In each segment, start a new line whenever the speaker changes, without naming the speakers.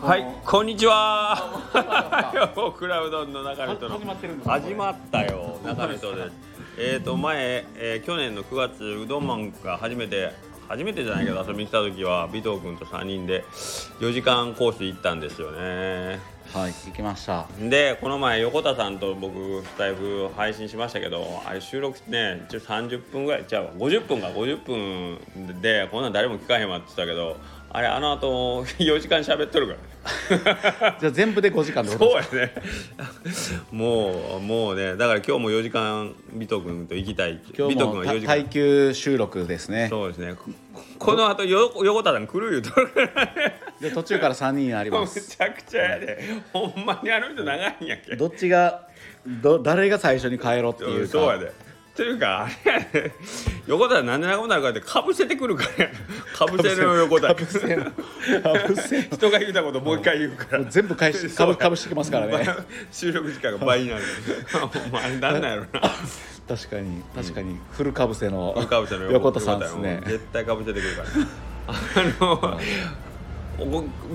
はい、こんにちは。今日 クラウドの中身との
始まってるんですか
始まったよ、中身とです。えっと前、えー去年の9月うどんマンが初めて初めてじゃないけど遊びに来た時は尾藤君と3人で4時間コース行ったんですよね。
はい行きました
でこの前横田さんと僕スタイフ配信しましたけどあれ収録ね一応30分ぐらいちゃうわ50分か50分でこんなん誰も聞かへんわって言ってたけどあれあの後4時間喋っとるからね
じゃあ全部で5時間で
そうやねもうもうねだから今日も4時間尾藤君と行きたい
今日
尾藤
も
君は4時
耐
間
久収録ですね
そうですねここの後よ横田さん来る言うとるからね
で途中から3人あり
む
ます
ちゃくちゃやでほんまにあの人長いんやけ
どっちがど誰が最初に帰ろうっていうか
そうやでというかあれやで横田さん何で長くなるかってかぶせてくるからやかぶせるよ横
か
田
ぶせんかぶせん
人が言うたこともう一回言うから
もう全部返しかぶかぶしてきますからね
収録時間が倍になる お前あれなんなんやろな
確かに確かにフルかぶせの
かぶせの
横田さんですね
横田よ絶対かぶせてくるからあの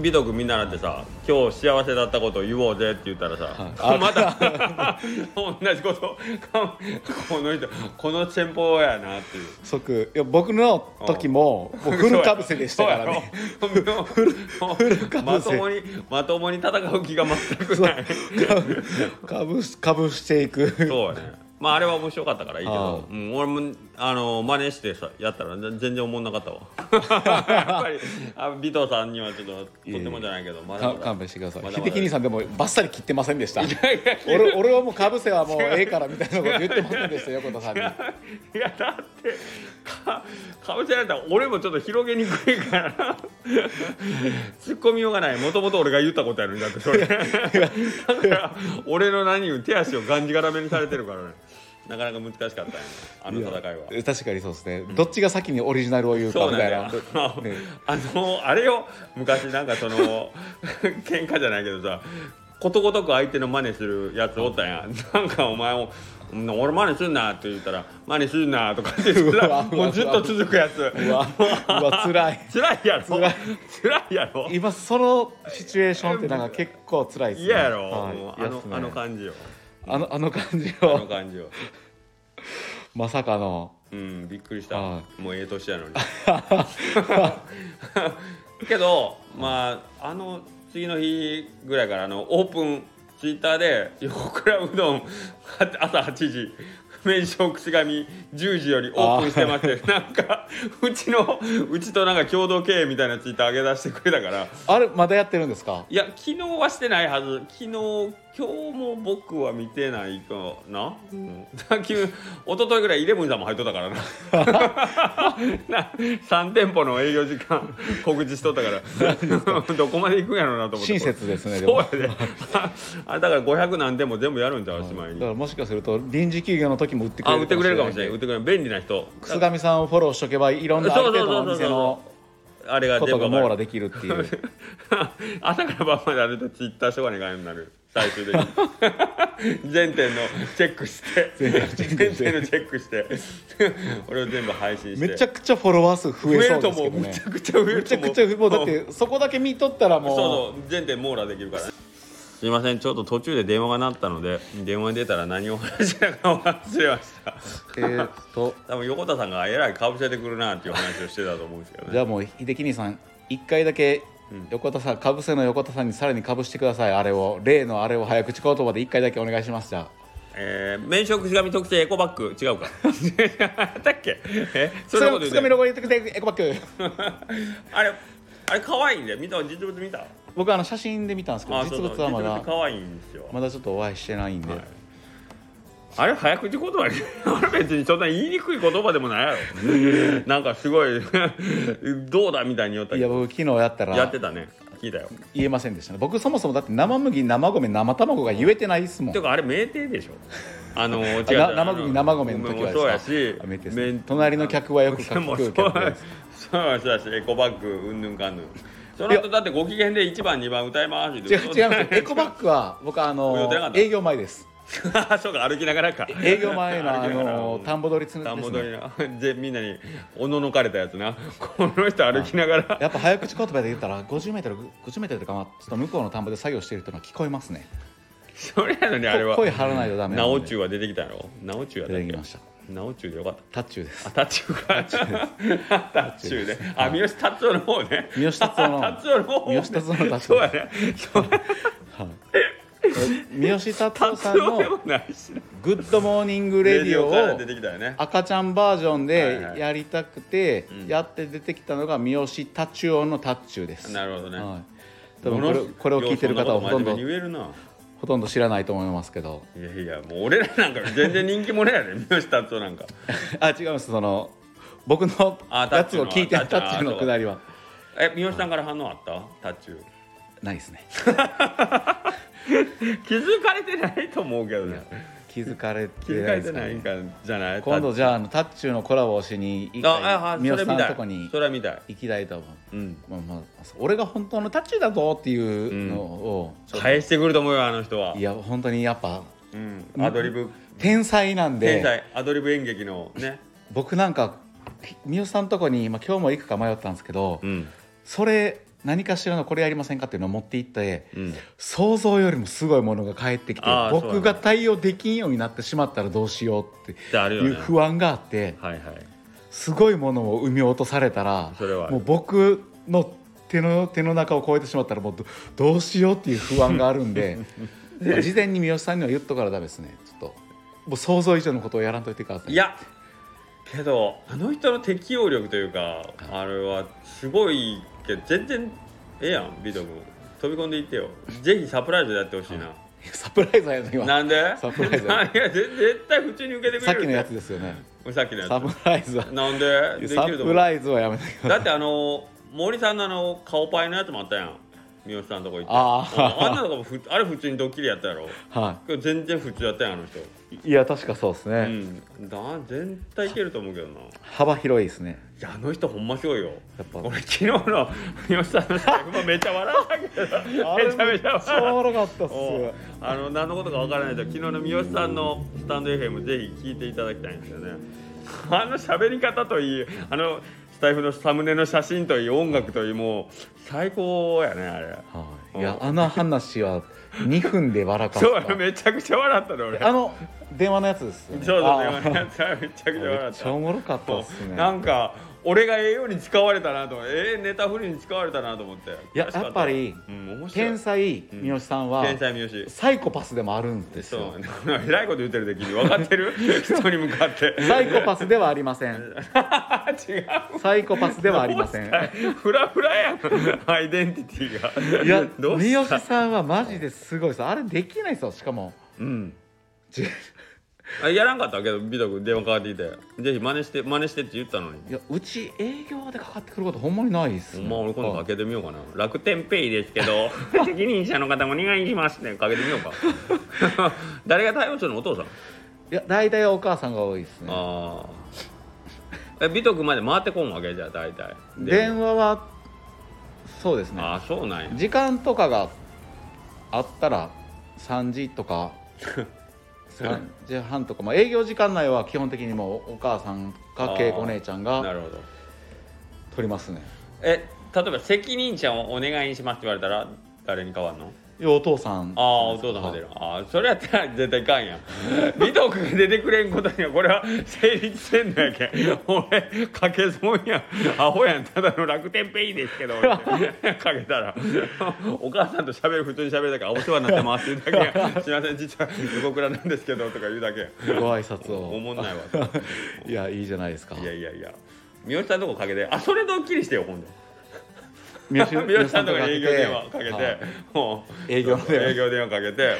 美徳みんななんてさ今日幸せだったことを言おうぜって言ったらさ、
あ
また同じことかこの人この戦法やなっていう
即いや僕の時ももうフルかぶせでしたからね
そうやろもう
かぶせ
まともにまともに戦う気が全くない
かぶかぶしていく
そうやねまああれは面白かったからいいけ
は
ど、うん、俺もあの真似してさやったら全然おもんな かったわやっぱりあ尾藤さんにはちょっととてもじゃないけどまだ
か
まだ
勘弁してください
まだ
秀
まだ
樹兄さんでもバッサリ切ってませんでした俺俺はもうかぶせはもうええからみたいなこと言ってません でしたよ横田さんに
いやだってかかぶせられたら俺もちょっと広げにくいから突っ込みようがないもともと俺が言ったことやのにだってそれだから俺の何より手足をがんじがらめにされてるからねなかなか難しかったんやねあの戦いは。
確かにそうですね、どっちが先にオリジナルを言うか
そう
み
なん
たい
だ
な
よ。あの
ね
あのあれよ昔なんかその 喧嘩じゃないけどさことごとく相手の真似するやつおったやんなんかお前を「うん俺真似すんな」って言ったら「真似すんな」とかって言った
うわ
らもうずっと続くやつ
うわ うわ辛い
辛いやろ
辛い
辛いやろ
今そのシチュエーションってなんか結構辛いですね
嫌やろ、
はい
もう
嫌
あ
っ
の
すね
あの感じよ
あのあの感じ
あの
を
感じよ
まさかの
うんびっくりした
は
もうええ年やのにけどまああの次の日ぐらいからあのオープンツイッターで「横倉うどんは 朝8時」麺匠口紙10時よりオープンしてましてなんかうちのうちとなんか共同経営みたいなツイッター上げ出してくれたから
あれまだやってるんですか
いや昨日はしてないはず昨日今日も僕は見てないかな、うん、 昨日一昨日ぐらいイレブンさんも入っとったからなな3店舗の営業時間告知しとったからどこまで行くんやろうなと思って
親切ですねで
そう
も
やで あれだから500何店も全部やるんじゃうしまい
だ
に、
からもしかすると臨時休業の時も売ってく
あ
れる
売ってくれるかもしれない
い
売ってくれる便利な人
楠上さんをフォローしとけばいろんなある程度のお店の
あれが
こ
全
と
部
が
わ
網
かる
羅できる っていう
朝から晩まであるとツイッターしょうがねえかになる最終的 に全店のチェックして全
全店のチェックして
店のチェックして俺を全部配信して
めちゃくちゃフォロワー数増
増
え
え
そう
ると
です
思
け
う
ど
む
ね
ちゃくちゃ増える
めち
と
ゃ
思う
くちゃもうだってそこだけ見とったら
そう
もう
そう全店網羅できるからすいませんちょっと途中で電話が鳴ったので電話に出たら何をお話ししたか忘れました
えーっと
多分横田さんがえらいかぶせてくるなっていう話をしてたと思うんですけど
じ
ね
ゃあもう秀樹兄さん一回だけ横田さんかぶせの横田さんにさらにかぶしてくださいあれを例のあれを早口言葉で一回だけお願いしますじゃあ
えー、免職紙特製エコバッグ違うか だっけえそんなこと言
つ
う
か
て
みロゴ入れてくれエコバッグ
あれ、あれ可愛いんだよ。見た実物見た。
僕あの写真で見たんですけど実物はま
実
だ
物可愛いんですよ。
まだちょっとお会いしてないんで、
はいあれ早口言葉に あれ別にそんな言いにくい言葉でも ないやろ。なんかすごい どうだみたいに言った
い、
け
や
ど
僕昨日やった
や
ら
ってたね。聞いたよ。
言えませんでしたね僕そもそもだって生麦生米生卵が言えてないですもん
ていうかあれ名店でしょ。あの違う違う
な生麦生米の時は
そうやし
あめで、すね
麺
隣の客はよく書
でも
く
そう
客です
そうそうやしエコバッグうんぬんかんぬん。その後だってご機嫌で一番二番歌いますって
違う違うんですよエコバッグは僕あ
予定な
の
かった
営業前です
そうか歩きながらか
営業前のあ
歩きながら
の田んぼ取りつ
田
で
ん
す
ぼ
ね
取りな でみんなにおののかれたやつなこの人歩きながら
やっぱ早口言葉で言ったら 50m50m とかまあちょっと向こうの田んぼで作業してるっていうのは聞こえますね
それやのにあれは
声張らないとダメな
な
の
お
で
ちゅうは出てきたやろなおちゅうやった
出
って
き
け
ました
なおちゅうでよかった
タッチューです
あタッチューかタッチューであ三好達夫の方ね
三好達夫の
あ 達夫の方
三好達夫の達夫
そうやねそう
三好達夫さん
達夫でも
の
ないしな
「グッドモーニングレディオ」
から出
を
てきたよね
赤ちゃんバージョン
はいは
で
い
やりたくて
うん
やって出てきたのが三好タッチューのタッチューです
なるほどね
はい、多分これこれを聞いてる方はほとん
ようそなこ
ど
と真面目に言えるな
ほとんど知らないと思いますけど
いやいやもう俺らなんか全然人気者やね三好達夫なんか
あ違うんですその僕の
あタ
や
ッチ
つ
ュー
を
の
聞いて
あ
タ
タッチュー
ッチューのくだりは
え三好さんから反応あったタッチュー
ないですね
気づかれてないと思うけどね
気づかれ
気
て
づ
な
か
い
れ
です
て
か
ないん
ね
かじゃない
今度
タ
じゃああのタッチューのコラボをしに一
ッチューああ
回
そ
三好
れ
さん
見
の
た
とこ
い
に
それは見たい
行きたいと思う、
うん
まあまあ、俺が本当のタッチューだぞっていうのを、ちょっと
返してくると思うよあの人はい
や本当にやっぱ
うんアドリブ
天才なんで
天才アドリブ演劇のね
僕なんか三好さんのとこに、まあ、今日も行くか迷ったんですけど、
うん
それ何かしらのこれやりませんかっていうのを持って行って
うん
想像よりもすごいものが返ってきて
あーそうだね
僕が対応できんようになってしまったらどうしようっ
ってあ
て
るよ
いう
ね
不安があって
はいはい
すごいものを生み落とされたら
それはある
もう僕の手の手の中を超えてしまったらもうどどうしようっていう不安があるん でまあ事前に三好さんには言っとからダメですねちょっともう想像以上のことをやらんといてください
いやけどあの人の適応力というかあれはすごいけど全然ええやんビト君飛び込んでいってよぜひサプライズでやってほしいな、
サプライズはやめときます
なんで
サプライズ
なん いやぜ絶対普通に受けてくれる
さっきのやつですよね
つさっきのやつ
サプライズは
なんででき
サ
ると
プ
思う
ライズはやめときます
だってあの森さんのあの顔パイのやつもあったやん三好さんのとこ行って
あー
あんなのがもふあれ普通にドッキリやったやろ
は
けど全然普通やったやんあの人
い、いや確かそうですね、
うんだ全体いけると思うけどない
幅広いですね
やあの人ほんますごいよ
やっぱ
俺昨日の三好さんの最後めっちゃ笑ったけどめちゃめちゃ
ちゃ
笑
悪
っ
かったった
おう
す
あの何のことかわからないけど昨日の三好さんのスタンド FM ぜひ聞いていただきたいんですよねあの喋り方といいあのスタイフのサムネの写真といい音楽といいもう最高やねあれ
はい、いやあの話は2分で笑かっ
そうや
た
ねめちゃくちゃ笑ったの俺
あの電話のやつですよね
そうだね
あー
今のやつはめちゃくちゃ
め
笑
っ
っ
ち
た
ゃおもろかったですね
なんか俺がええように使われたなと思ってええネタフリに使われたなと思ってい
ややっぱり
うん、面白い
天才三好さんは、
天才三好
サイコパスでもあるんです
そ
よ
うね この偉いこと言ってる時に分かっ てる人に向かって
サ イコパスではありません
違う
サイコパスではありませんい
フラフラやんアイデンティティが
や
どうし
三好さんはマジですごいですあれできないですよしかも
うん
ち
あやらんかったけど美徳電話かかってきてぜひ真似して真似してって言ったのに
いやうち営業でかかってくることほんまにないです、
ほ
ね、
んま俺今度
は
か
い
けてみようかな楽天ペイですけ ど責任者の方もお願いしますねかけてみようか 誰が対応するのお父さん
いや大体お母さんが多いですね
ああえ美徳まで回ってこんわけじゃあ大体
電話はそうですね
ああそうなんや
時間とかがあったら3時と か3時半とか、まあ、営業時間内は基本的にもうお母さんか
あー
恵子姉ちゃん
な
が
るほど
取りますね
え例えば責任者をお願いしますって言われたら誰に変わんの
いやお父さん
ああお父さんが出るああそれやったら絶対いかんやん美徳が出てくれんことにはこれは成立せんのやけん俺かけ損やんアホやんただの楽天ペイですけど俺かけたらお母さんと喋る普通に喋るだけあお世話になってますって言うだけやんすいません実は横倉なんですけどとか言うだけやん
ご挨拶を
おもんないわ
いやいいじゃないですか
いやいやいや三好さんのとこかけてあそれドッキリしてよ今度
三
三好さんとか
三
に営業電話かけ
は
て
い
もう
営業電話
営業電話かけてもう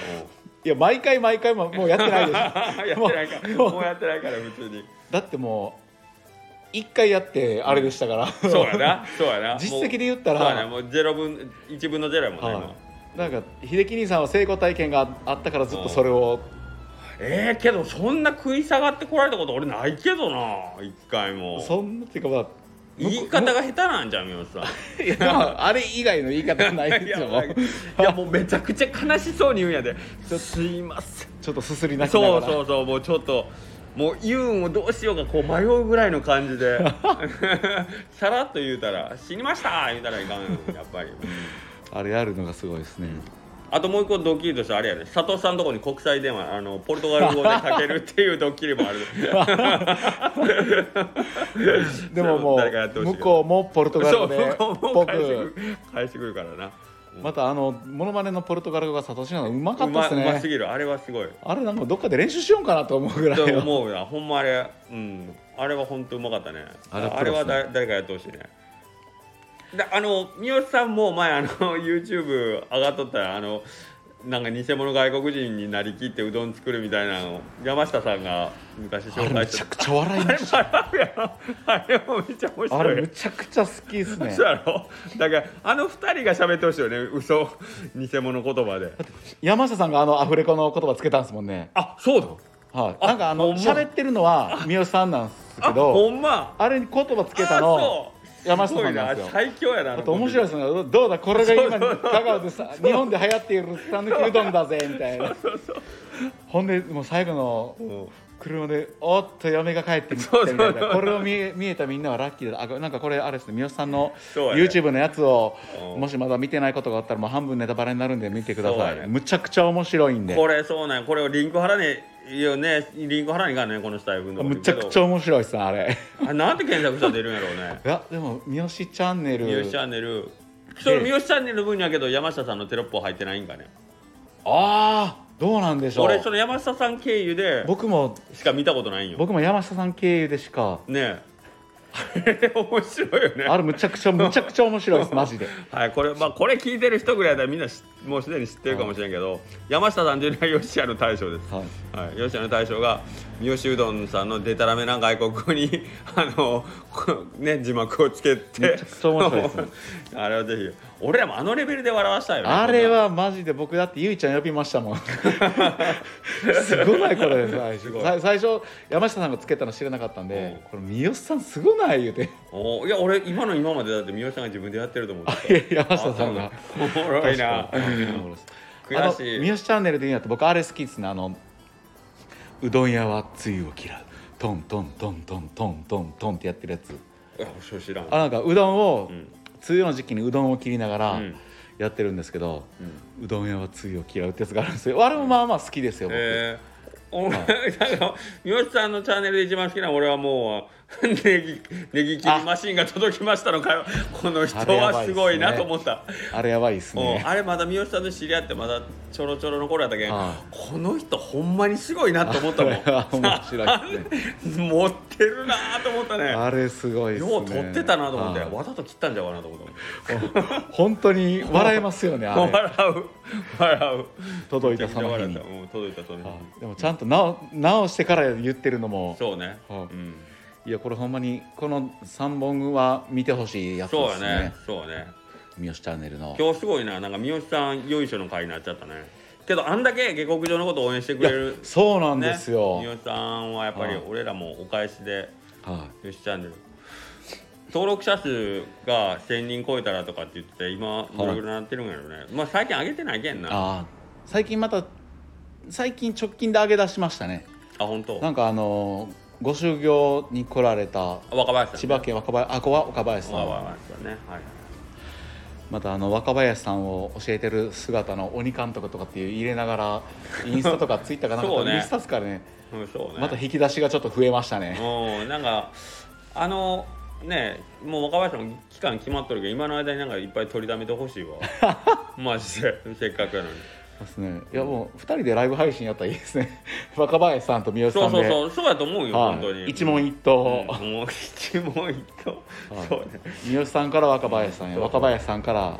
いや毎回毎回ももうやってないです
やってないからもうやってないから普通に
だってもう1回やってあれでしたから、
そうやなそうやな
実績で言ったら
もうそうやなもうゼロ分一分のゼロやもんね、
は
今
い、なんか秀樹兄さんは成功体験があったからずっとそれを
えー、けどそんな食い下がってこられたこと俺ないけどな一回も
そんなっていうかまあ
言い方が下手なんじゃん三好さん
いやでもあれ以外 の言い方ないですよ
いやいやもうめちゃくちゃ悲しそうに言うんやで「ちょすいません」
ちょっとすすり泣きなが
そ
ら
うそうそうもうちょっともう言うんをどうしようかこう迷うぐらいの感じ で さらっと言うたら「死にました!」言うたらいかんよやっぱり
あれやるのがすごいですね、
あともう一個ドッキリとしてあれやね佐藤さんのとこに国際電話あのポルトガル語でかけるっていうドッキリもある
でもも
それ 誰かやって
う
ほしい
向こうもポルトガル語で
そう向こうも返してく
僕
る返してくるからな
またあのモノマネのポルトガル語がサトシなのうまか
う
ったで
ますう
ね
ますぎるあれはすごい
あれなんかどっかで練習しようかなと思うぐらい
と
よ
思うな ほんまあれうんあれは本当うまかったね
あ
あ
れ
れ
はプロっすね
は誰誰かやってほしいねであの三好さんも前あの YouTube 上がっとったらあのなんか偽物外国人になりきってうどん作るみたいなのを山下さんが昔
あれ
紹
め
介
ち
し
ゃ
て
くちゃ笑いました
あれ あれもめっちゃ面
あ
白
れ
い
めちゃくちゃ好きですね
そうやろだからあの二人が喋ってほしいよね嘘偽物言葉で
山下さんがあのアフレコの言葉つけたんですもんね
あそうだ
はい、
あ
なんかあ
ほ
の
んま
喋ってるのは三好さんなんです
あ
け
ほ
ど
んま
あれに言葉つけたの
あそう
山下さんなんですよ
ごい最強やな
あと面白いですねどうだこれが今香川でさ日本で流行っているスタンドうどんだぜみたいなほんでもう最後の
うん
車でおっと嫁が帰ってきて
そうそう
みたいなこれを見え見えたみんなはラッキーだあなんかこれあれですね三好さんの
そうやね
YouTube のやつを
うん
もしまだ見てないことがあったらもう半分ネタバレになるんで見てくだ
そう
さ
や
い、
ね
むちゃくちゃ面白いんで
これそうなんやこれをリンク貼らねいよねリンク貼らねいかんねこの下へ分の
むちゃくちゃ面白いですねあれ
ゃなんて検索したら出るんやろうね
いやでも三好チャンネル
三好チャンネルその三好チャンネルの分やけど山下さんのテロップ入ってないんかね
ああどうなんでしょう
俺その山下さん経由で
僕も
しか見たことないんよ
僕も山下さん経由でしか
ねえ 面白いよね
あれむちゃくちゃむちゃくちゃ面白い ですマジで
はい、これ、まあ、これ聞いてる人ぐらいだったら、みんなし、もうすでに知ってるかもしれんけど。山下さんというのは、吉野の大将です。
はい
はい、吉野の大将が、三好うどんさんのデタラメな外国語に、 あの、こね、字幕をつ
め
けて
ちゃくちゃ面白いですね。
あれはぜひ、俺らもあのレベルで笑わしたいよね。
あれはマジで僕だってゆいちゃん呼びましたもん すごないこれ最
すご
初
い
さ最初山下さんがつけたの知らなかったんでこれ三好さんすごない言うて
こんな。おいや、俺、今の今までだって、三好さんが自分でやってると思ってた。
いや山下さんが
あそうなんだおもろいな。
確かにおもろいですあの
悔
三
しい。
好チャンネルで言うんやと僕あれ好きですねあのうどん屋はつゆを嫌うトントントントントントントンってやってるやつ
いや、そう知らん。
あなんかうどんを、
うん
つゆの時期にうどんを切りながら
うん
やってるんですけど、
う
うんどん屋はつゆを嫌うってやつがあるんですよあれもまあまあ好きですよ、僕
えー、お前なんか三好さんのチャンネルで一番好きなのは俺はもう ネギネギ切りマシンが届きましたのかよこの人
あれやば
はい
っすね
すごいなと思った。
あれやばいです
おう
ね
あれまだ三好さんと知り合ってまだちょろちょろの頃やったけん
はい
この人ほんまにすごいなと思ったもん
あれは 面白いっ
持ってるなと思ったね
あれすごいですね
よう取ってたなと思って
はい
わざと切ったんじゃうかなと思ったもん
本当に笑えますよねあれ
笑う笑う
届いたその日に
めちゃくちゃ笑ったうん届いたその日に
でもちゃんと直直してから言ってるのも
そうねう
はい
ん
いやこれほんまにこの3本は見てほしいやつ
そう
で
や
す
ね
ね
そうやね
三好チャンネルの
今日すごいななんか三好さんよいしょの会になっちゃったねけどあんだけ下克上のことを応援してくれる
そうなん
ね
ですよ、
三好さんはやっぱり
はい
俺らもお返しで
は
「よしチャンネル」登録者数が1000人超えたらとかって言ってて今どれぐらいなってるんやろね、まあ最近上げてないけん
い、
なあ
ああ最近また最近直近で上げ出しましたね
本当
なんかあのーご修行に来られた
若林さん
千葉県若林あこは若林さ
若
ん
林さんねはい
またあの若林さんを教えてる姿の鬼監督とかっていう入れなが らインスタとかツイッターかなんか
そうね
インスタですからね
うんそうね
また引き出しがちょっと増えましたね
うんなんかあのねもう若林さんも期間決まっとるけど今の間になんかいっぱい取りためてほしい わマジでせっかくやのに。
ですねいやもう2人でライブ配信やったらいいですね 若林さんと三好
そ
さ
うんそう
で
そう、そうやと思うよ、
はい
本当に。
一問一
うん
答、
もう一問一答。
はい
そうね。
三好さんから若林さんへ
そう
若林さんから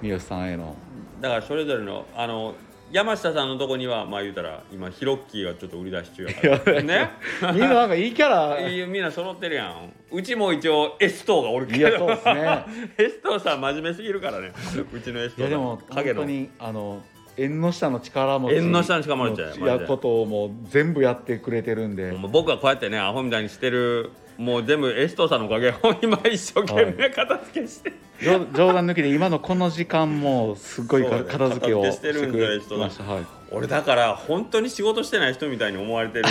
三好さんへの
だからそれぞれの、あの、山下さんのとこには、まあ言うたら、今ヒロッキーがちょっと売り出し中やから。ね。
みんななんかいいキャラ
い
い
やみんな揃ってるやん。うちも一応エストーがおるけど。
やそうですね
エストーさん真面目すぎるからね。うちのエス
い
トーさん。
やでも本
影の
当にあの縁の下の力持ち
縁の下の力持ち
の
マジで
やことをもう全部やってくれてるんで
もう僕はこうやってね、アホみたいにしてる。もう全部エストーさんのおかげ。今一生懸命片付けして。
冗冗談抜きで今のこの時間もすっごい
そうだ
か
ね
片付けを
片付けしてるんだよ
してくれましたはい
俺だから本当に仕事してない人みたいに思 われてる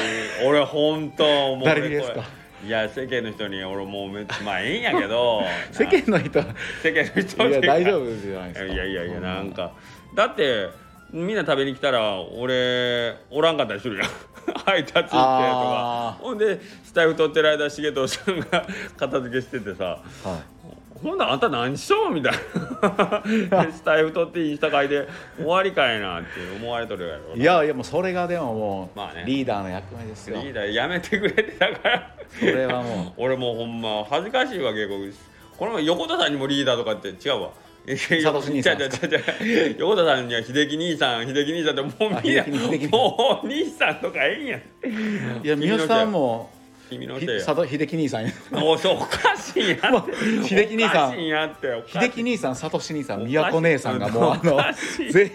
俺本当もう
誰にですか
これいや世間の人に俺もうめっちゃまあええんやけど
世間
な
の 人は
世間の人って
いや
うか
大丈夫じゃないですか
いやいやいや
そんな
なんかだってみんな食べに来たら俺おらんかったりするやん 配達行ってとか
あー
ほんでスタイフ取ってる間重藤さんが 片付けしててさ
は
ほんならあんた何しとんみたいなでスタイフ取ってインスタ会で終わりかいなって思われとるやろ
い、いやいやもうそれがでももう、
まあね
リーダーの役目です
リ
よ
ーダーやめてくれってだから
それはも
俺もうほんま恥ずかしいわ結構この前横田さんにもリーダーとかって違うわ
サトシ兄さん
違う違う違う違う横田さんには秀樹兄さん秀樹兄さんってもう
あ
みんな
秀樹兄貴
もう兄さんとかええんや
う いや三好さんも
君の
ひ
せいや
佐藤秀樹兄さん
もうそうおかしいんや
も
って
う秀樹兄さん
おかしいんやっておかしい
秀樹兄さん聡兄さ
お
ん
かしい
宮子姉さんがもうあ
お
の
かしい
全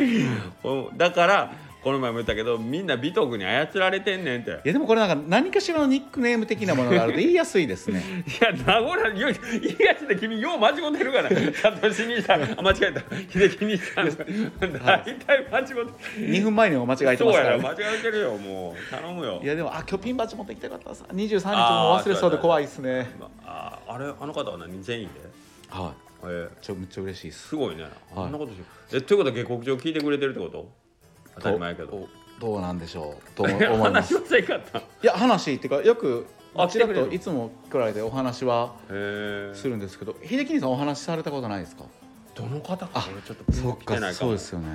員
うんだからこの前も言ったけどみんな美徳に操られてんねんって
いやでもこれなんか何かしらのニックネーム的なものがあると言いやすいですね
いや、名古屋、よ、いいやつで君よう間違ってるから。サトシ兄さん、あ間違えた。秀樹兄さん、大体間違って。
2分前にも間違えて
そう
ますか
や
ら
な、
ね
間違えてるよ、もう。頼むよ
い。やでもあ今日ピンバッジ持ってきたかったさ23日も
あー
忘れそうで怖いですね
まあ、あれ、あの方は何、全員で。
は
えー
いちょめっちゃ嬉しいです
すごいね。あんなことしよう。え、ということは、下克上聞いてくれてるってこと。当たり前やけど。
どどうなんでしょうと思思いま
話
す
はせんかった。へ
いや話っていうかよく
あ
ちら
来
っ
てくれる
といつも来られてお話は
え。
するんですけど秀樹さんお話しされたことないですか
どの方か。俺ちょっと。来てないか
そう
も
で。すよね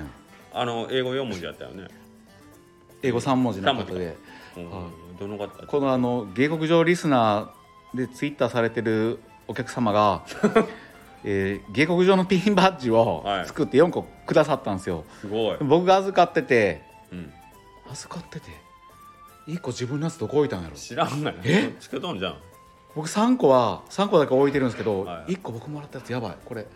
あの、英語四文字やったよね。
英語三文字の方
三文
で
うん。どの方。
このあの「芸国上リスナー」でツイッターされてるお客様 が、えー、芸国上のピンバッジを
はい
作って4個くださったんですよ、
すごい。
僕が預かってて
うん。
預かってて1個自分のやつどこ置いたんやろ
知らんがな
え
つけとんじゃん
僕3個は3個だけ置いてるんですけど、
はい
1個僕もらったやつやばいこれ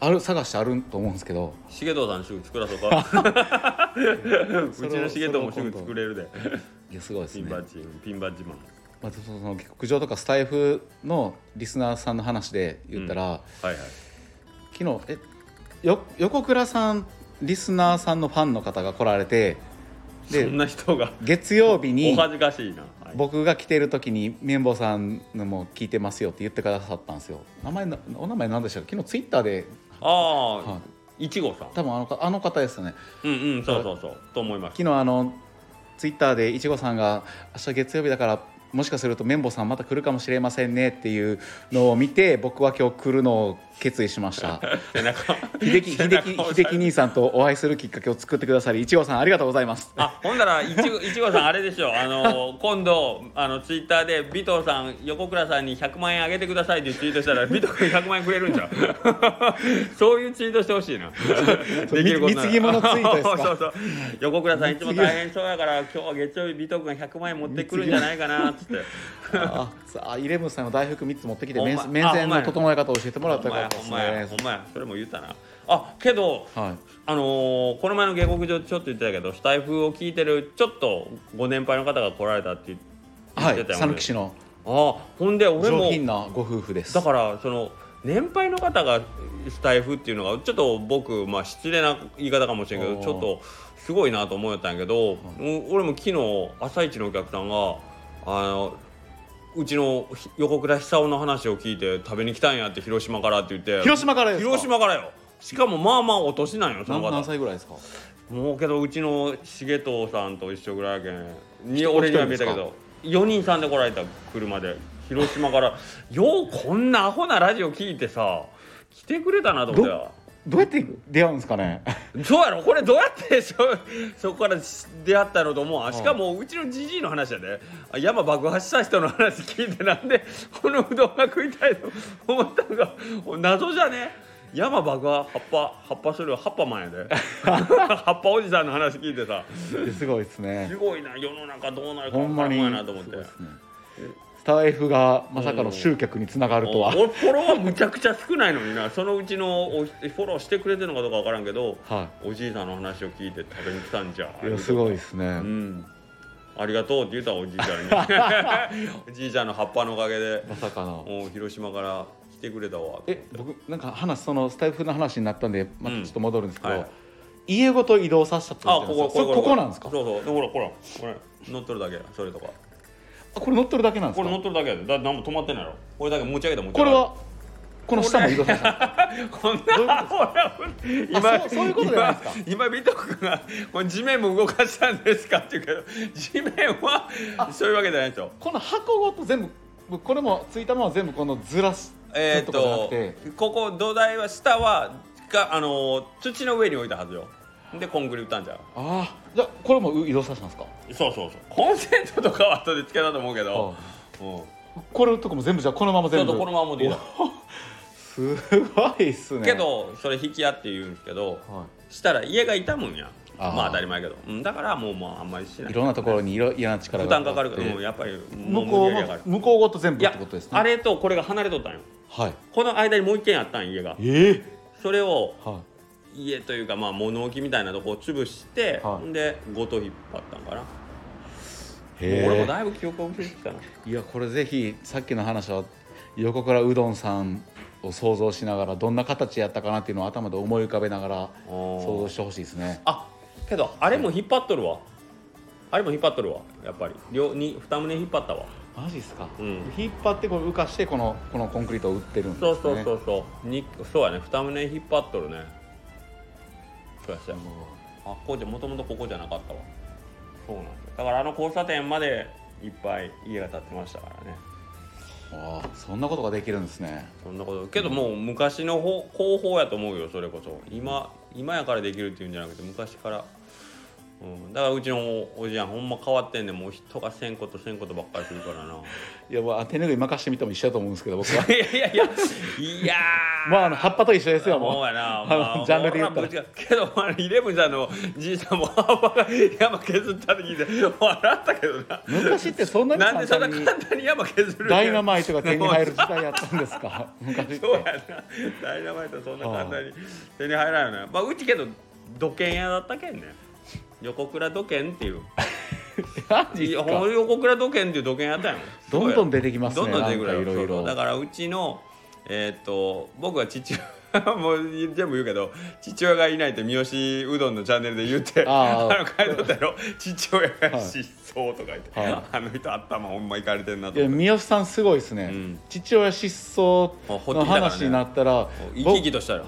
ある探してあると思うんですけど
重藤さんすぐ作らそうかうちの重藤もすぐ作れるで
いやすごいです
ピン
ね
バッジピンバッジマン
まあ、その下克上とかスタイフのリスナーさんの話で言ったら、
はいはい
昨日えよ横倉さんリスナーさんのファンの方が来られて
そん
で
な人が
月曜日
お
に
恥ずかしいな、はい
僕が来てる時に綿棒さんのも聞いてますよって言ってくださったんですよ名前なお名前何でしたっけ昨日ツイッターで、
ああ
はい
ちごさん
多分あのかあの方ですよね
うんうんそうそうそうと思います
昨日あのツイッターでいちごさんが「明日月曜日だからもしかすると綿棒さんまた来るかもしれませんね」っていうのを見て僕は今日来るのを決意しました
背中
秀樹秀樹
背中を押され
秀樹兄さんとお会いするきっかけを作ってくださりいちごさんありがとうござい ます
あほんならいちごいちごさんあれでしょあの今度あのツイッターで尾藤さん横倉さんに100万円あげてくださいってツイートしたら尾藤君100万円くれるんじゃん そういうツイートしてほし いなできることな
み
ら
貢ぎ物ツイートですか
そうそう横倉さんいつも大変そうやから今日は月曜日尾藤君が100万円持ってくるんじゃないかなっつって
あさあイレブンさんの大福3つ持ってきて
ほんま
面面
あほ
前
んまや
の整え方を教えてもらっ
ほ
た
んま
から
や
で
ほ
す
んまや
ね
ほんまやそれも言ったなあけど
はい
あのーこの前の下克上ちょっと言ってたけどスタイフを聞いてるちょっとご年配の方が来られたって言
は
ってた
い
よね、
讃岐市の
ああほんで
上
俺も
品なご夫婦です
だからその年配の方がスタイフっていうのがちょっと僕、まあ、失礼な言い方かもしれんけど
おー
ちょっとすごいなと思ったんやけど、うん俺も昨日朝一のお客さんがあのうちのひ横倉久男の話を聞いて食べに来たんやって広島からって言って
広島からですか
広島からよしかもまあまあお年なんよその
何何
方
歳ぐらいですか
もうけどうちの重藤さんと一緒ぐらいやけんに
人
俺には見えた
一
け
人です
ど4人さんで来られた車で広島からようこんなアホなラジオ聞いてさ来てくれたなと思ったよ
どうやって出会うんですか ね
そうやろこれどうやってそ そこから出会ったのと思うわしかもうちのじじいの話やであ山爆破した人の話聞いてなんで このうどんが食いたいと 思ったのか謎じゃね山爆破葉っぱ葉っぱそれは葉っぱマン やで葉っぱおじさんの話聞いてさ
すごいですね
すごいな世の中どうなるか
ほ
分
んま
からん
に
もんやなと思って
すごいですねスタイフがまさかの集客につながるとは
俺フォロワーむちゃくちゃ少ないのになそのうちのおフォローしてくれてるのかどうか分からんけど
は
おじいさんの話を聞いて食べに来たんじゃ
いいやすごいですね、
うん、ありがとうって言ったわおじいちゃ んにおじいちゃんの葉っぱのおかげで
まさかの
もう広島から来てくれたわ
え僕なんか話そのスタイフの話になったんでまたちょっと戻るんですけど、
うんはい
家ごと移動させたって言
あ
って
こ
るんで
こ
すよそここなんですか
そうそうでほらほらこれ乗っとるだけそれとか
あこれ乗ってるだけなんで
こ
す
れ
か
乗っとるだけやでだって何も止まってないやろこれだけ持ち上げた持ち
こ
上
れ
げ
はこの下も移動させた
こんな
どういうこ
ほら
あ
今
そうそういうことじゃないですか
今今ビト君がこれ地面も動かしたんですかって言うけど地面はそういうわけじゃないですよ
この箱ごと全部これもついたまま全部このずらす
えーっと
とかじゃなくて
ここ土台は下はがあの土の上に置いたはずよでコンクリ打ったんじゃん
ああじゃあこれも移動させますか
そうそうそうコンセントとかは後でつけたと思うけど、
あ
うん
これとかも全部じゃあこのまま
ちょ
全
っ
部
とこのまま持ってきた
すごいっすね
けどそれ引き合って言うんですけど
は
したら家が痛むんや
あー
まあ当たり前やけど、うん、だからもうまああんまりしないい
いろんなところにいろ嫌な力
負
が
担かかるけど、
え
うんやっぱり
向
もう
こ
無
う
理やりやか
も
ら
向こうごと全部っ
いや
てことですね
あれとこれが離れとったんよ
はい
この間にもう一軒あったん家が
ええ
それを
は
家というかまあ物置みたいなとこを潰して、
はい
でごと引っ張ったんかな、
い
もう俺も
へ
だいぶ記憶を失ってきたない
やこれぜひさっきの話は横からうどんさんを想像しながらどんな形やったかなっていうのを頭で思い浮かべながら想像してほしいですね
あけどあれも引っ張っとるわあれも引っ張っとるわやっぱり両に二棟引っ張ったわ
マジですか、
うん
引っ張ってこれ浮かしてこのこのコンクリートを打ってるんです、ね、
そうそうそうそう、にそうやね二棟引っ張っとるねそうやそうやあこうじゃもともとここじゃなかったわそうなんですよだからあの交差点までいっぱい家が建ってましたからね
ああそんなことができるんですね
そんなことけどもう昔の方方法やと思うよそれこそ今今やからできるっていうんじゃなくて昔から、うん、だからうちのおおじやんほんま変わってんねんもう人がせんことせんことばっかりするからな
いやまあ手拭い任してみても一緒だと思うんですけど僕 は
いやいやいやいやー
まああの葉っぱと一緒ですよ
も
も
う
う
やな、
あのジャンルで言ったら
ほらぶちけどあのイレブンさんのじいさんも葉っぱが山削った時で笑ったけどな
昔ってそん なに
な
簡
んでそん
単
な
に
簡単に山削るんや
ダイナマイトが手に入る時代やったんですか昔っ
そうや
て
なダイナマイトそんな簡単に手に入らないよねまあうちけど土建屋だったけんね横倉土建っていう
何です
いやほんま
か
に横倉土建っていう土建屋やったんやもん
どんどん出てきますね
どんどん出てくるや
な
ろ
んかいろいろ
そうそうだからうちのえーっと僕は父親 もう全部言うけど父親がいないって三好うどんのチャンネルで言って
あ
あ
ー
の書いとったやろ父親が失踪とか言って、
はい
あの人頭ほんまいかれてんなと
いや
思って
三好さんすごいですね、
うん
父親失踪の話になったら
生き生きとしたよ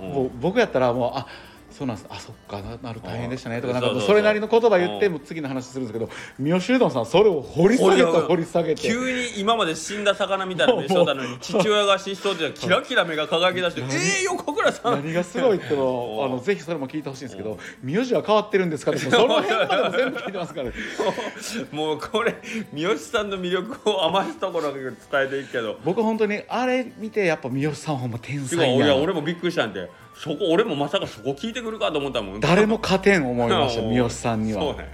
はい
うん
もう僕やったらもうあそうなんですあそっかななる大変でしたねとかなんか
そうそうそう
それなりの言葉言って
うん
もう次の話するんですけど三好うどんさんそれを掘り下げて
掘り
掘り下げて
急に今まで死んだ魚みたいな目しとったのに父親が失踪って言ったらキラキラ目が輝き出して「えー、横倉さん!」
何がすごいっての
お
を
う
あのぜひそれも聞いてほしいんですけど名字は変わってるんですかってその辺までも全部聞いてますから、
もうこれ三好さんの魅力を余すところなく伝えていくけど
僕本当にあれ見てやっぱ三好さんほんま天
てか
才
いや
やな
俺もびっくりしたんでそこ俺もまさかそこ聞いてくるかと思ったもん
誰も勝てん思いま した
うん
三好さんに
そう
は
ね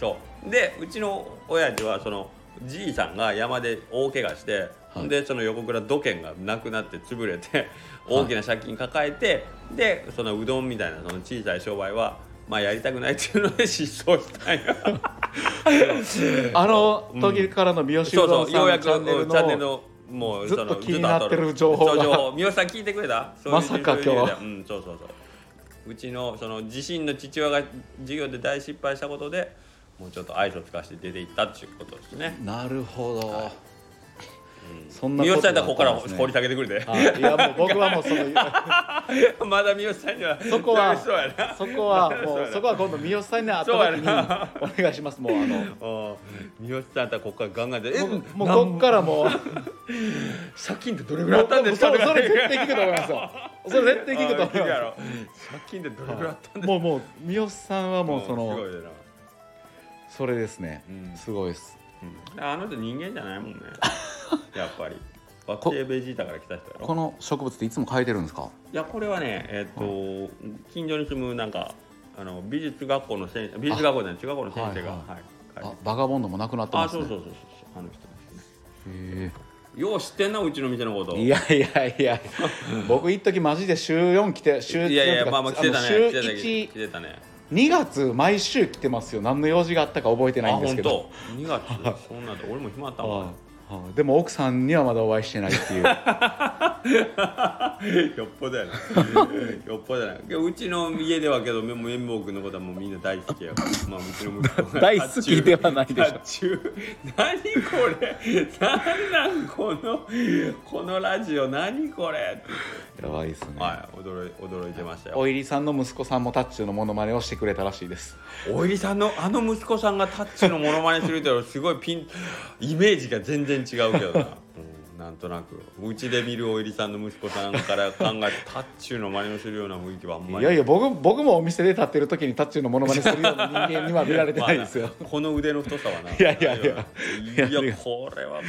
そうでうちの親父はそのじいさんが山で大怪我して、
はい
でその横倉土建がなくなって潰れて大きな借金抱えて、でそのうどんみたいなその小さい商売はまあやりたくないっていうので失踪したんよ
あの時からの三好
そう
うどん
そう
さ
よ
ん
うや
の
く
チャンネル
チャンネル
の
のもう
ずっと
その
気になってる情報が
ずっと後ろそう三好さん聞いてくれたそういう
まさか今日は
うんそうそうそううちのその自身の父親が授業で大失敗したことでもうちょっと愛想つかして出ていったっていうことですね
なるほど、そん
三好
と
さん
が
やったらここから
あったんですね
掘り下げてくれて
あいやもう僕はもうその
まだ三好さんには
そこは
ダメそうやな
そこ はもうそこは今度三好さんに会った時
そうや
にお願いしますもうあの
うん三好さんやったらここからガンガンで「え
もうもうこっからもう
借金ってどれぐらいあったんですか?」
も
と
うそ
か
うそれ
言う
絶対聞くと思いますよそれ絶対聞くと
あー聞
思
く
いま
や
す
ろ借金ってどれぐらいあったんですか
もうもう三好さんはもうそ
んすご
の
いよな
それですね、
うん
すごいです
あの人人間じゃないもんねやっぱり惑星ベジータから来た人や
こ
ろ
の植物っていつも変えてるんですか
いやこれはねえっ、と、近所に住むなんかあの美術学校の先生美術学校じゃない中学校の先生が
は
はいい、
は
は
あ
い
バガボンドもなくなって
あ
ます
そう
ね
そうそうそうあの人です
へ
ねよう知ってんなうちの店のこと
えいやいやい や僕一時マジで週4来て週4
いやいやまあまあ来てたね
週
来てた
1
来てたね
2月毎週来てますよ何の用事があったか覚えて
あ
ないんです
本
けど
当2月そんなんで俺も暇だったわ
あはあでも奥さんにはまだお会いしてない っていうは
よっぽどやなよっぽどやなうちの家ではけどもう綿棒君のことはもうみんな大好きやからまあうちの息子が
大好きではないでしょ
甲冑何これ何なんこのこのラジオ何これっ て
やばいですね、
はい驚い驚いてましたよ
おいりさんの息子さんもタッチのモノマネをしてくれたらしいです
おいりさんのあの息子さんがタッチのモノマネするっていうのはすごいピンイメージが全然違 うけどな、うん、なんとなくうちで見るおいりさんの息子さんから考えてタッチの真似をするような雰囲気はあんまり
いやいや僕僕もお店で立ってる時にタッチのモノマネするような人間には見られてないですよ
まあこの腕の太さはない
いやいやいや
いやいやこれはもう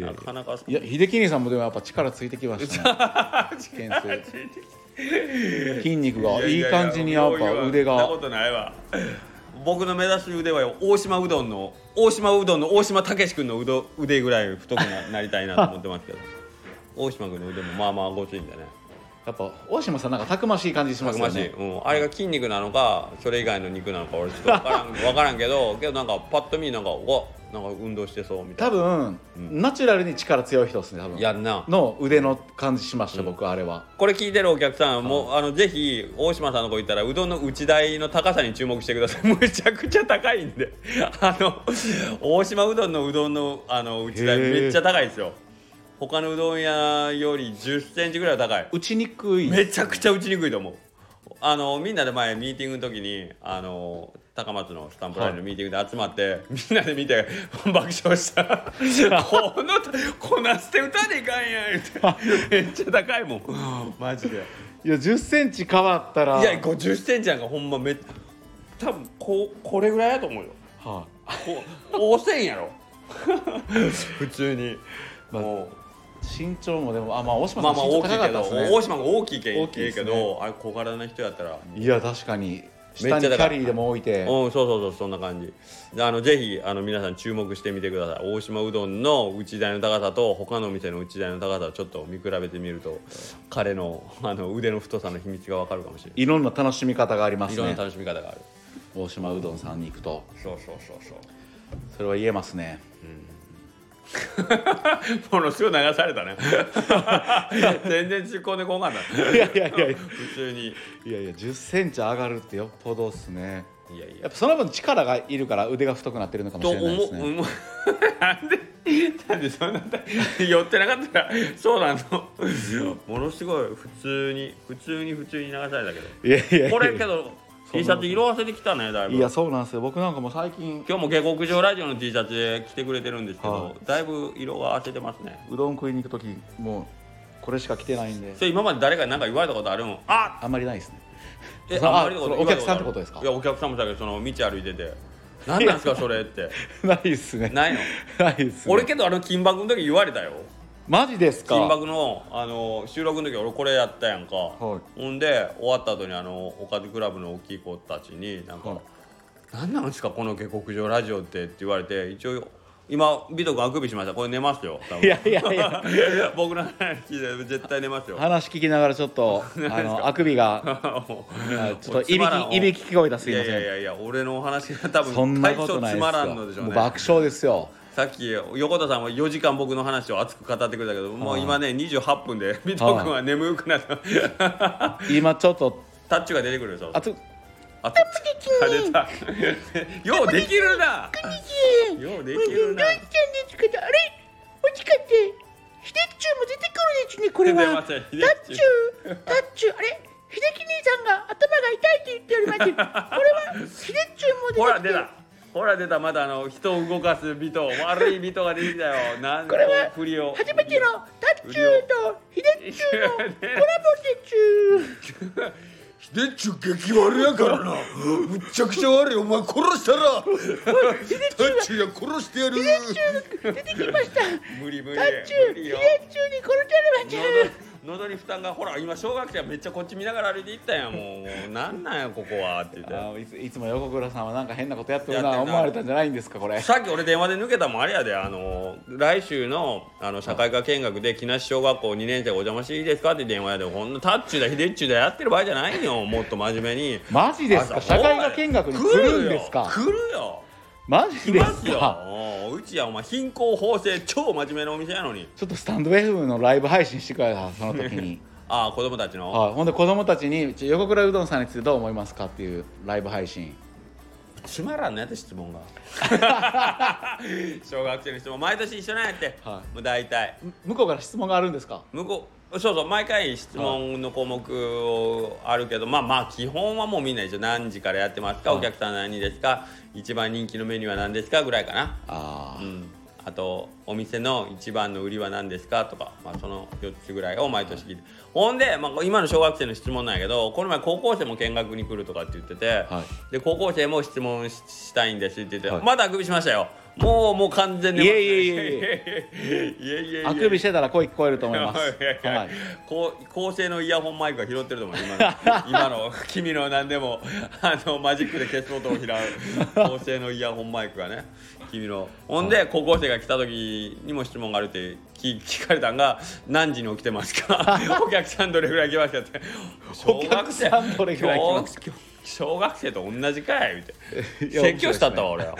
なかなか
いや秀樹兄さんもでもやっぱ力ついてきましたね件 数筋肉がいい感じにやっぱ腕
そんな
が
ことないわ僕の目指す腕はよ大島うどんの大島うどんの大島武志君のうど腕ぐらい太くななりたいなと思ってます けど大島君の腕もまあまあごついんだね
やっぱ大島さんなんかたくましい感じしま
た
す
く
よ
ましい、
ね
うん、あれが筋肉なのかそれ以外の肉なのか俺ちょっと分からん分からんけどけどなんかパッと見なんかうわなんか運動してそうみたい
多
な
分、ナチュラルに力強い人ですね多分
やんな
の腕の感じしました、僕あれは
これ聞いてるお客さんもあのぜひ大島さんの子行ったらうどんの内台の高さに注目してください むちゃくちゃ高いんで あの大島うどんのうどんのあの内台
へー
めっちゃ高いですよ他のうどん屋より1 0ンチぐらいは高い
打ちにくい
めちゃくちゃ打ちにくいと思うあのみんなで前ミーティングの時にあの高松のスタンプラリーのミーティングで集まって、みんなで見て 爆笑したこのこなして打たねえか んやん言ってめっちゃ高いもんマジで
いや1 0ンチ変わったら
いや5 0ンチなんかほんまめ多分こうこれぐらいやと思うよ
は
こう汚染 やろ普通に、
まあ
も
い身長もでもあまあ大
う
島
ま
さ
あ
ん
まあ
身長高
大きい
かっ
け
た
ど
ですね、
大島が大きいけ
大
ん
きいで
け
すね
ど、あれ小柄な人やったら
いや確かに
めっち
下
ゃ
に
高い
キャリーでも置いて
うん、そうそうそうそんな感じあのぜひあの皆さん注目してみてください大島うどんの内台の高さと他のお店の内台の高さをちょっと見比べてみると彼のあの腕の太さの秘密がわかるかもしれない
いろんな楽しみ方がありま
い
す
ろんな
ね
楽しみ方がある
大島うどんさんに行くと
そうそうそうそ
それは言えますね
うものすごい流された ね全然突っ込んでこんかった
いやいやいやいや
普通に
いやいや1 0ンチ上がるってよっぽどですね
いやい
や
や
っぱその分力がいるから腕が太くなってるのかも
と
しれない
思
です
う、
ね
思うなんでなんでそんな寄ってなかったらそうなのものすごい普通に普通に普通に流されたけど
いやいやいや
これけど T シャツ色あせてきたねだいぶ
いやそうなんですよ僕なんかもう最近
今日も下克上ラジオの T シャツで着てくれてるんですけど、
は
だいぶ色があせてますね
うどん食いに行く時もうこれしか着てないんで
それ今まで誰かに何か言われたことあるんあ
あんまりないですね
え
その
あんまりのこと
あその
言われ
お
た
客さんってことですか
いやお客さんもだけどその道歩い てて何なんですかそれって
ないですね
ないの
ないですね
俺けどあの金箔の時言われたよ
マジです
金
か
箔のあの収録の時俺これやったやんか、
はい
ほんで終わった後にあのおかずクラブの大きい子たちになんか、
はい
何なんですかこの下克上ラジオって」って言われて一応今美徳あくびしましたこれ寝ま すよ多分
いやいやいや
僕の話聞いて絶対 寝ますよ
話聞きながらちょっ とあのあくび がちょっといびきいびき聞こえたす
い
いませ
や
ん
いやいやいや俺のお話が多分
そんなことないです
大層つまらんのでし
よ
ょう
もう
ね
爆笑ですよ
さっき横田さんは4時間僕の話を熱く語ってくれたけどもう今ね28分で美徳君は眠くなった
今ちょっと
タッチが出てくるでしょ
あつ
あたつききたようできるなようできるな
ですけどあれもしかして秀樹も出てくるですねこれは
出てません秀
タッ
吉
チュータッチューあれ秀樹兄さんが頭が痛いって言っておりますこれは秀樹も出てきて
ほら出たほら出たまだあの人を動かす人悪い人が出てきたよなん
これは
振りを
初めてのタッチューと秀樹のコラボでちゅー
でっちゅ激悪やからなむちゃくちゃ悪いお前殺したらタッチュや殺してやる
出てきました
無理無理
タッチュ
無
ー秀
理
樹
よ
にこれじゃればちゅー
喉喉に負担がほら今小学生はめっちゃこっち見ながら歩いていったやんもうもうなんなんやここはって言って
あいついつも横倉さんはなんか変なことやってる
やって
なん
な
思われたんじゃないんですかこれ
さっき俺電話で抜けたもんあれやであの来週のあの社会科見学で木梨小学校2年生お邪魔していいですかって電話やでこんなタッチだヒデッチだやってる場合じゃないよもっと真面目に
マジですか
朝
社会科見学に来るんですか
来るよ来るよ
マジ
い
で
ますすよ
か
もううちはお前貧困法制超真面目なお店やのに
ちょっとスタンド FM のライブ配信してくれたその時に
ああ子供たちの、
はいほんで子供たちにちょ横倉うどんさんについてどう思いますかっていうライブ配信
つまらんのやった 質問が小学生の質問毎年一緒なんやって、
はい
もう大体
む向こうから質問があるんですか
向こうそうそう毎回質問の項目をあるけど、まあまあ基本はもうみんな一緒何時からやってますか、
はい
お客さん何ですか一番人気のメニューは何ですかぐらいかな
あ
う
ー
んあとお店の一番の売りは何ですかとか、まあ、その4つぐらいを毎年聞いてほんで、まあ、今の小学生の質問なんやけどこの前高校生も見学に来るとかって言ってて、
はい
で高校生も質問ししたいんですって言って、
はい
まだあくびしましたよもうもう完全に
いえいえいえい
いえいえいえいえ
あくびしてたら声聞こえると思います
いやいやいや
はい
こう高性能イヤホンマイクが拾ってると思う今の今の君の何でもあのマジックで消すことを拾う高性能イヤホンマイクがね君のほんで高校生が来た時にも質問があるって聞聞かれたんが「何時に起きてますか? 」「お客さんどれぐらい来ました?」って
お客さんどれぐらい来ます
小学小学生と同じかいみたいない
や
説教したったわ俺は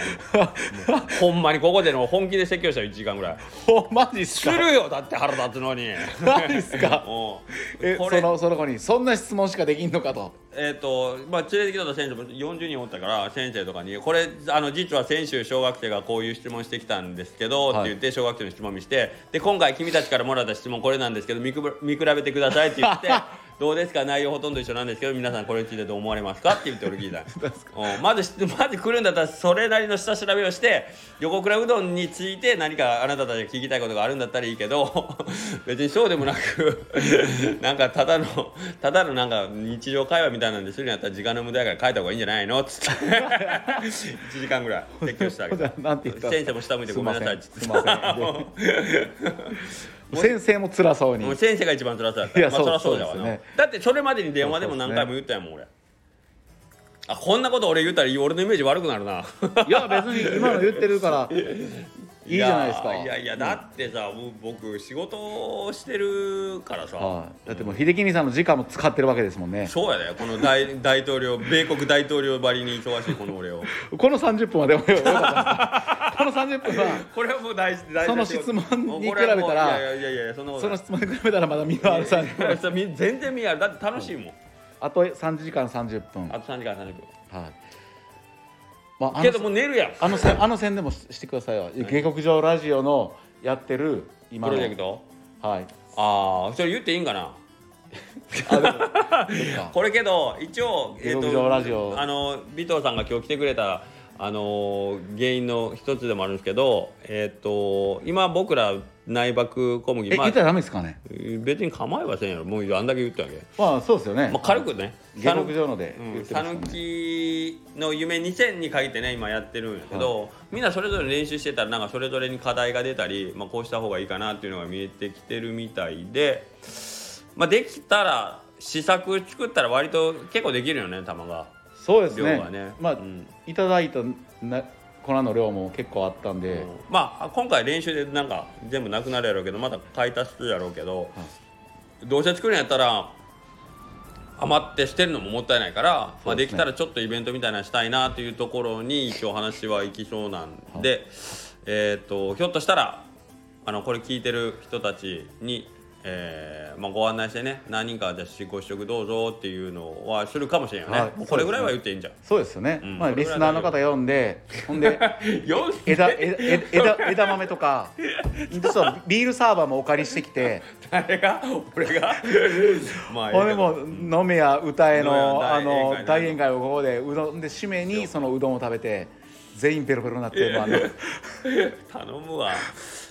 ほんまに高校生の本気で説教したよ1時間ぐらい
おマジっす
す
か
るよだって腹立つのに
マジっすか
お
え
こ
そ
れ
のその子にそんな質問しかできんのかと
えっ、とまあ連れてきた先生も40人おったから先生とかに「これあの実は先週小学生がこういう質問してきたんですけど」
はい
って言って小学生の質問見して「で今回君たちからもらった質問これなんですけど見くぶ見比べてください」って 言って「どうですか内容ほとんど一緒なんですけど皆さんこれについてどう思われますか?」って言って 俺聞いたうんまずしまず来るんだったらそれなりの下調べをして横倉うどんについて何かあなたたちが聞きたいことがあるんだったらいいけど 別にそうでもなく なんかただのただのなんか日常会話みたいなんでするんやったら時間の無駄やから書いた方がいいんじゃないのっつって 1時間ぐらい説教してあげた
なんて言ったんです
先
か
生も下向いてごめんなさいっつって
すいませんすいません先生も辛そうに
もう先生が一番辛そうやった
いや
まあ、そりゃ
そ
そううだわ
そ
な、
うですよね
だってそれまでに電話でも何回も言ったやもん俺あこんなこと俺言ったら俺のイメージ悪くなるな い
や別に今の言ってる からいいじゃないですか
やいやいやだってさ、もう僕仕事をしてるからさ、
はい、だってもう秀樹兄さんの時間も使ってるわけですもんね
そうやでこの大 大統領米国大統領ばりに忙しい この俺を
この30分はでもよよかったです この30分は
これはもう大事大事な仕事
その質問に
もうこれはも
比
う
べたら
いやいやいやいやそんなこ
そ
とな
の
い
質問に比べたらまだ身のある30分
それ全然見えるだって楽しいもん、
あと3時間30分は
あ
い
と3時間30分
まあ、あ
けど
の
もう寝るやん
あの線あの線でもししてくださいよ下克上ラジオのやってる今
プ
の
ロジェクト
はい
ああそれ言っていいんかな
あでもそっか
これけど一応、
下克上ラジオ
あの尾藤さんが今日来てくれたあのー原因の一つでもあるんですけどえっ、と今僕ら内爆小麦
え
ま
言
あ
ったらダメですかね
別に構いませんやろもうあんだけ言ったんやけ、
まあそうですよね、
まあ、軽くね
下克上ので言ってま
さ
した
ぬ
ね
きの夢2000に書いてね今やってるんやけど、みんなそれぞれ練習してたらなんかそれぞれに課題が出たり、まあ、こうした方がいいかなっていうのが見えてきてるみたいで、まあ、できたら試作作ったら割と結構できるよね球が。
そうです
量
ね
はね
まあ、
うん
いただいたな粉の量も結構あったんで、
うんまあ今回練習でなんか全部なくなるやろうけどまた買い足すやろうけど、どうせ作るんやったら余ってしてるのももったいないから、ま
そ
あ、
うで
ですき
ね
たらちょっとイベントみたいなのしたいなというところに一応話は行きそうなんで、えー、とひょっとしたらあのこれ聞いてる人たちに、えーまあ、ご案内してね何人かじゃあご試食どうぞっていうのはするかもしれんよね、
はい
もうこれぐらいは言っていいんじゃん。
そうですよね、
うん
まあ
こ
リ
れぐら
ス
い
ナー
大丈
の
夫
方読んでほんで
よし
枝枝枝枝枝豆とか実はビールサーバーもお借りしてき て
誰が俺が まあええけ
ほ
ど
んでもう飲めや歌え
飲め
の
や
あの
大
大
宴会の
宴会をここでうどんで締めにそのうどんを食べて全員ペロペロになって、まああの
頼むわ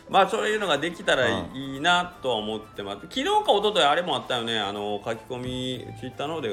まあそういうのができたらいいなとは思ってます昨日か一昨日あれもあったよねあの書き込みツイッターの方で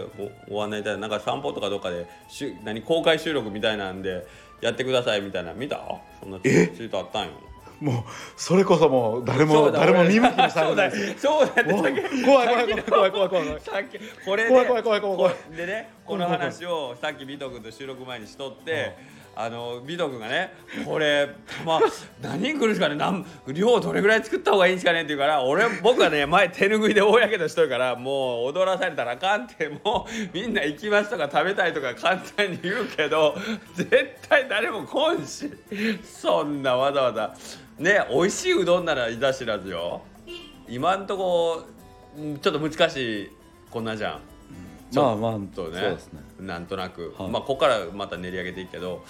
ごご案内いただいたなんか散歩とかどっかでしゅ何公開収録みたいなんでやってくださいみたいな見たそんなツイートあったんよ
もうそれこそもう誰
そ
も
うだ
誰も
俺
見向きもさ
そ
れ
うだ
ない
よそうだよ
怖い
さっき
怖い怖い怖い怖い怖い怖い
さっきこれで
怖い怖い怖い怖い怖い
こでねこの話をさっき美ト君と収録前にしとって、あのビト君がねこれ玉何人来るんですかねなん量どれぐらい作った方がいいんですかねって言うから俺僕はね前手拭いで大やけどしとるからもう踊らされたらあかんってもうみんな行きますとか食べたいとか簡単に言うけど絶対誰も来んしそんなわざわざね美味しいうどんならいざ知らずよ今んとこんちょっと難しいこんなじゃん
まあまあ
とね
そうですね
なんとなく、
はい
まあここからまた練り上げていくけど、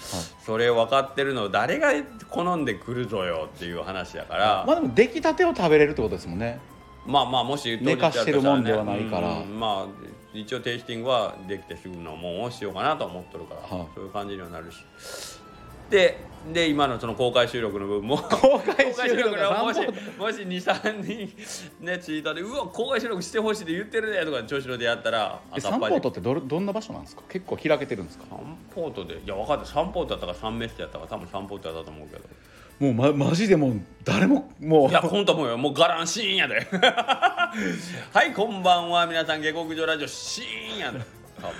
それ分かってるの誰が好んでくるぞよっていう話やから、
まあでも出来たてを食べれるってことですもんね
まあまあもし
寝かしてるもんではないから
うんまあ一応テイスティングはできてすぐのもんをしようかなと思っとるから、
はい
そういう感じにはなるしでで今のその公開収録の部分も
公開収録 が
公開収
3
録のもしもし23人ねツイートで「うわ公開収録してほしいって言ってるね」とか調子のでやったら
え
赤
サ
っ
ンポ
端
ー
で
トってどれどんな場所なんですか結構開けてるんですか
サンポートでいや分かったサンポートやったかサンメッセやったか多分サンポートやったと思うけど
もう、ま、マジでもう誰ももう
いやほんと思うよもうガランシーンやで はいこんばんは皆さん下克上ラジオシーンやで多分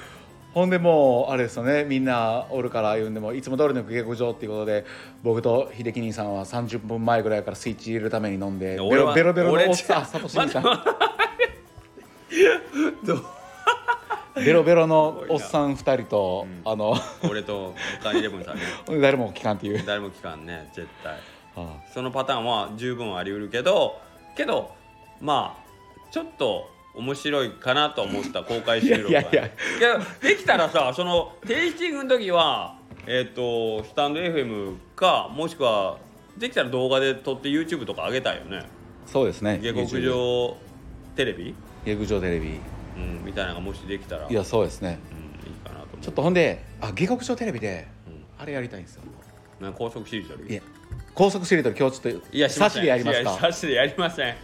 ほんでもうあれですよねみんなおるから言うんでもいつも通りの下克上っていうことで僕と秀樹兄さんは30分前ぐらいからスイッチ入れるために飲んで
いや
ベ
俺
ロ
は
ベロベロの
俺
おっさんサトシ兄さん
待どう
ベロベロの
すご
お
い
っ
な
さん2人と、あの
俺とカニイレブンさんね
誰も聞かんっていう、
誰も聞かんね絶対
は
そのパターンは十分あり得るけどけどまあちょっと面白いかなと 思った公開収録
いや
はい
やいや
けどできたらさそのテイスティングの時はえっ、とスタンド FM かもしくはできたら動画で撮って YouTube とか上げたいよね
あそうですね
下克
YouTube
上テレビ、
下克上テレビ
うん、みたいなのがもしできたら
いやそうですね
うん、いいかなと思う
ちょっとほんであ下克上テレビで
うん
あれやりたいんですよ
な高速シリーズよ
い
り
や高速しりとり今日ちょっと
いやしま
差
せ
し
ん
でやります
いや
か
差しでやりませ ん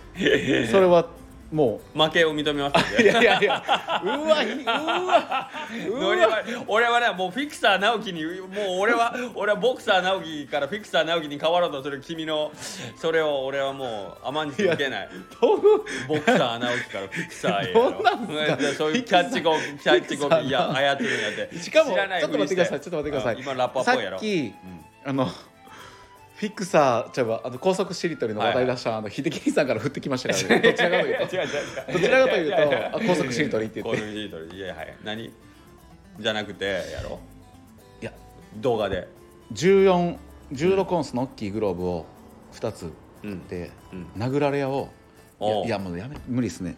それはも
負けを認めますん
うい
で
やいやいやうわいうわう
ノリは俺はねもうフィクサー直樹にもう俺は 俺はボクサー直樹からフィクサー直樹に変わろうとする君のそれを俺はもう甘んじて受けない
豆腐
ボクサー直樹からフィクサーへ
どんなんすか
いやそういうキャッチコピーキャッチコピーいや操るんやって
しかも
知らない
ちょっと待ってくださいちょ
ふ
っと
り
待ってください
あ今ラッパーっぽいやろ
さっき、あのフィクサーちゃうわあの高速しりとりの話題出した、あの秀樹兄さんから降ってきましたから、ね、どちらかというと
違う違う違う
どちらかというと
ややや
あ高速しりとりって言
高
っ
速
て
シリトリいやはい何じゃなくてやろ
いや
動画で
1416オンスの大きいグローブを2つ買って、
うん
殴られ屋をいや
おう
いやもうやめ無理ですね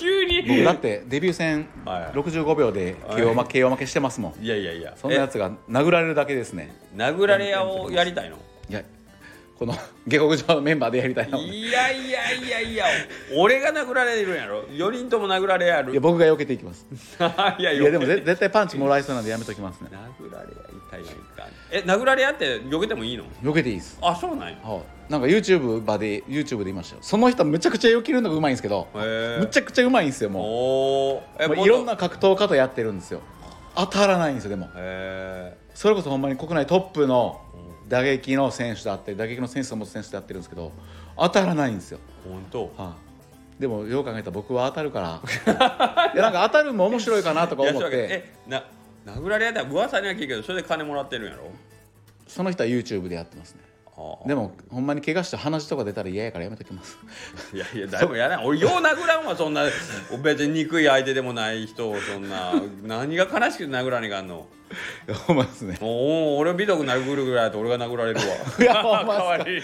急に
僕だってデビュー戦
はい
65秒で KO 負け KO 負けしてますもん
いやいやいや
そんなやつが殴られるだけですね
え殴られ屋をやりたいの
いやこの下克上のメンバーでやりたいな、い
いやいやいやいや俺が殴られるんやろ4人とも殴られやるい
や
や
僕が避けていきます
いや
いやでもぜ絶対パンチもらいそうなんでやめときますね
殴られや痛いや痛いえ殴られやって避けてもいいの
避けていいです
あそうなんやへ
はいなんか YouTube 場で YouTube で言いましたよその人むちゃくちゃ避けるのがうまいんですけど
え
むちゃくちゃうまいんですよも
おお
う
え
もう
元
いろんな格闘家とやってるんですよ当たらないんですよでも
へ
それこそほんまに国内トップの打撃の選手であって打撃のセンスを持つ選手であってるんですけど当たらないんですよ
え本当
はいでもよう考えたら僕は当たるから いやなんか当たるも面白いかなとか
いやそ
思
う
っ
やけど
て
えな殴られやったら噂には聞くけどそれで金もらってるんやろ
その人は YouTube でやってますね
ああ
でもほんまに怪我して鼻血とか出たら嫌やからやめときます
いやいや誰もやらない俺よう殴らんわそんな別に憎い相手でもない人をそんな何が悲しくて殴らねえかんの
いや ほんまですね
おお俺美徳殴るぐらいだと俺が殴られるわ
いやほんま
かわ
っ
いい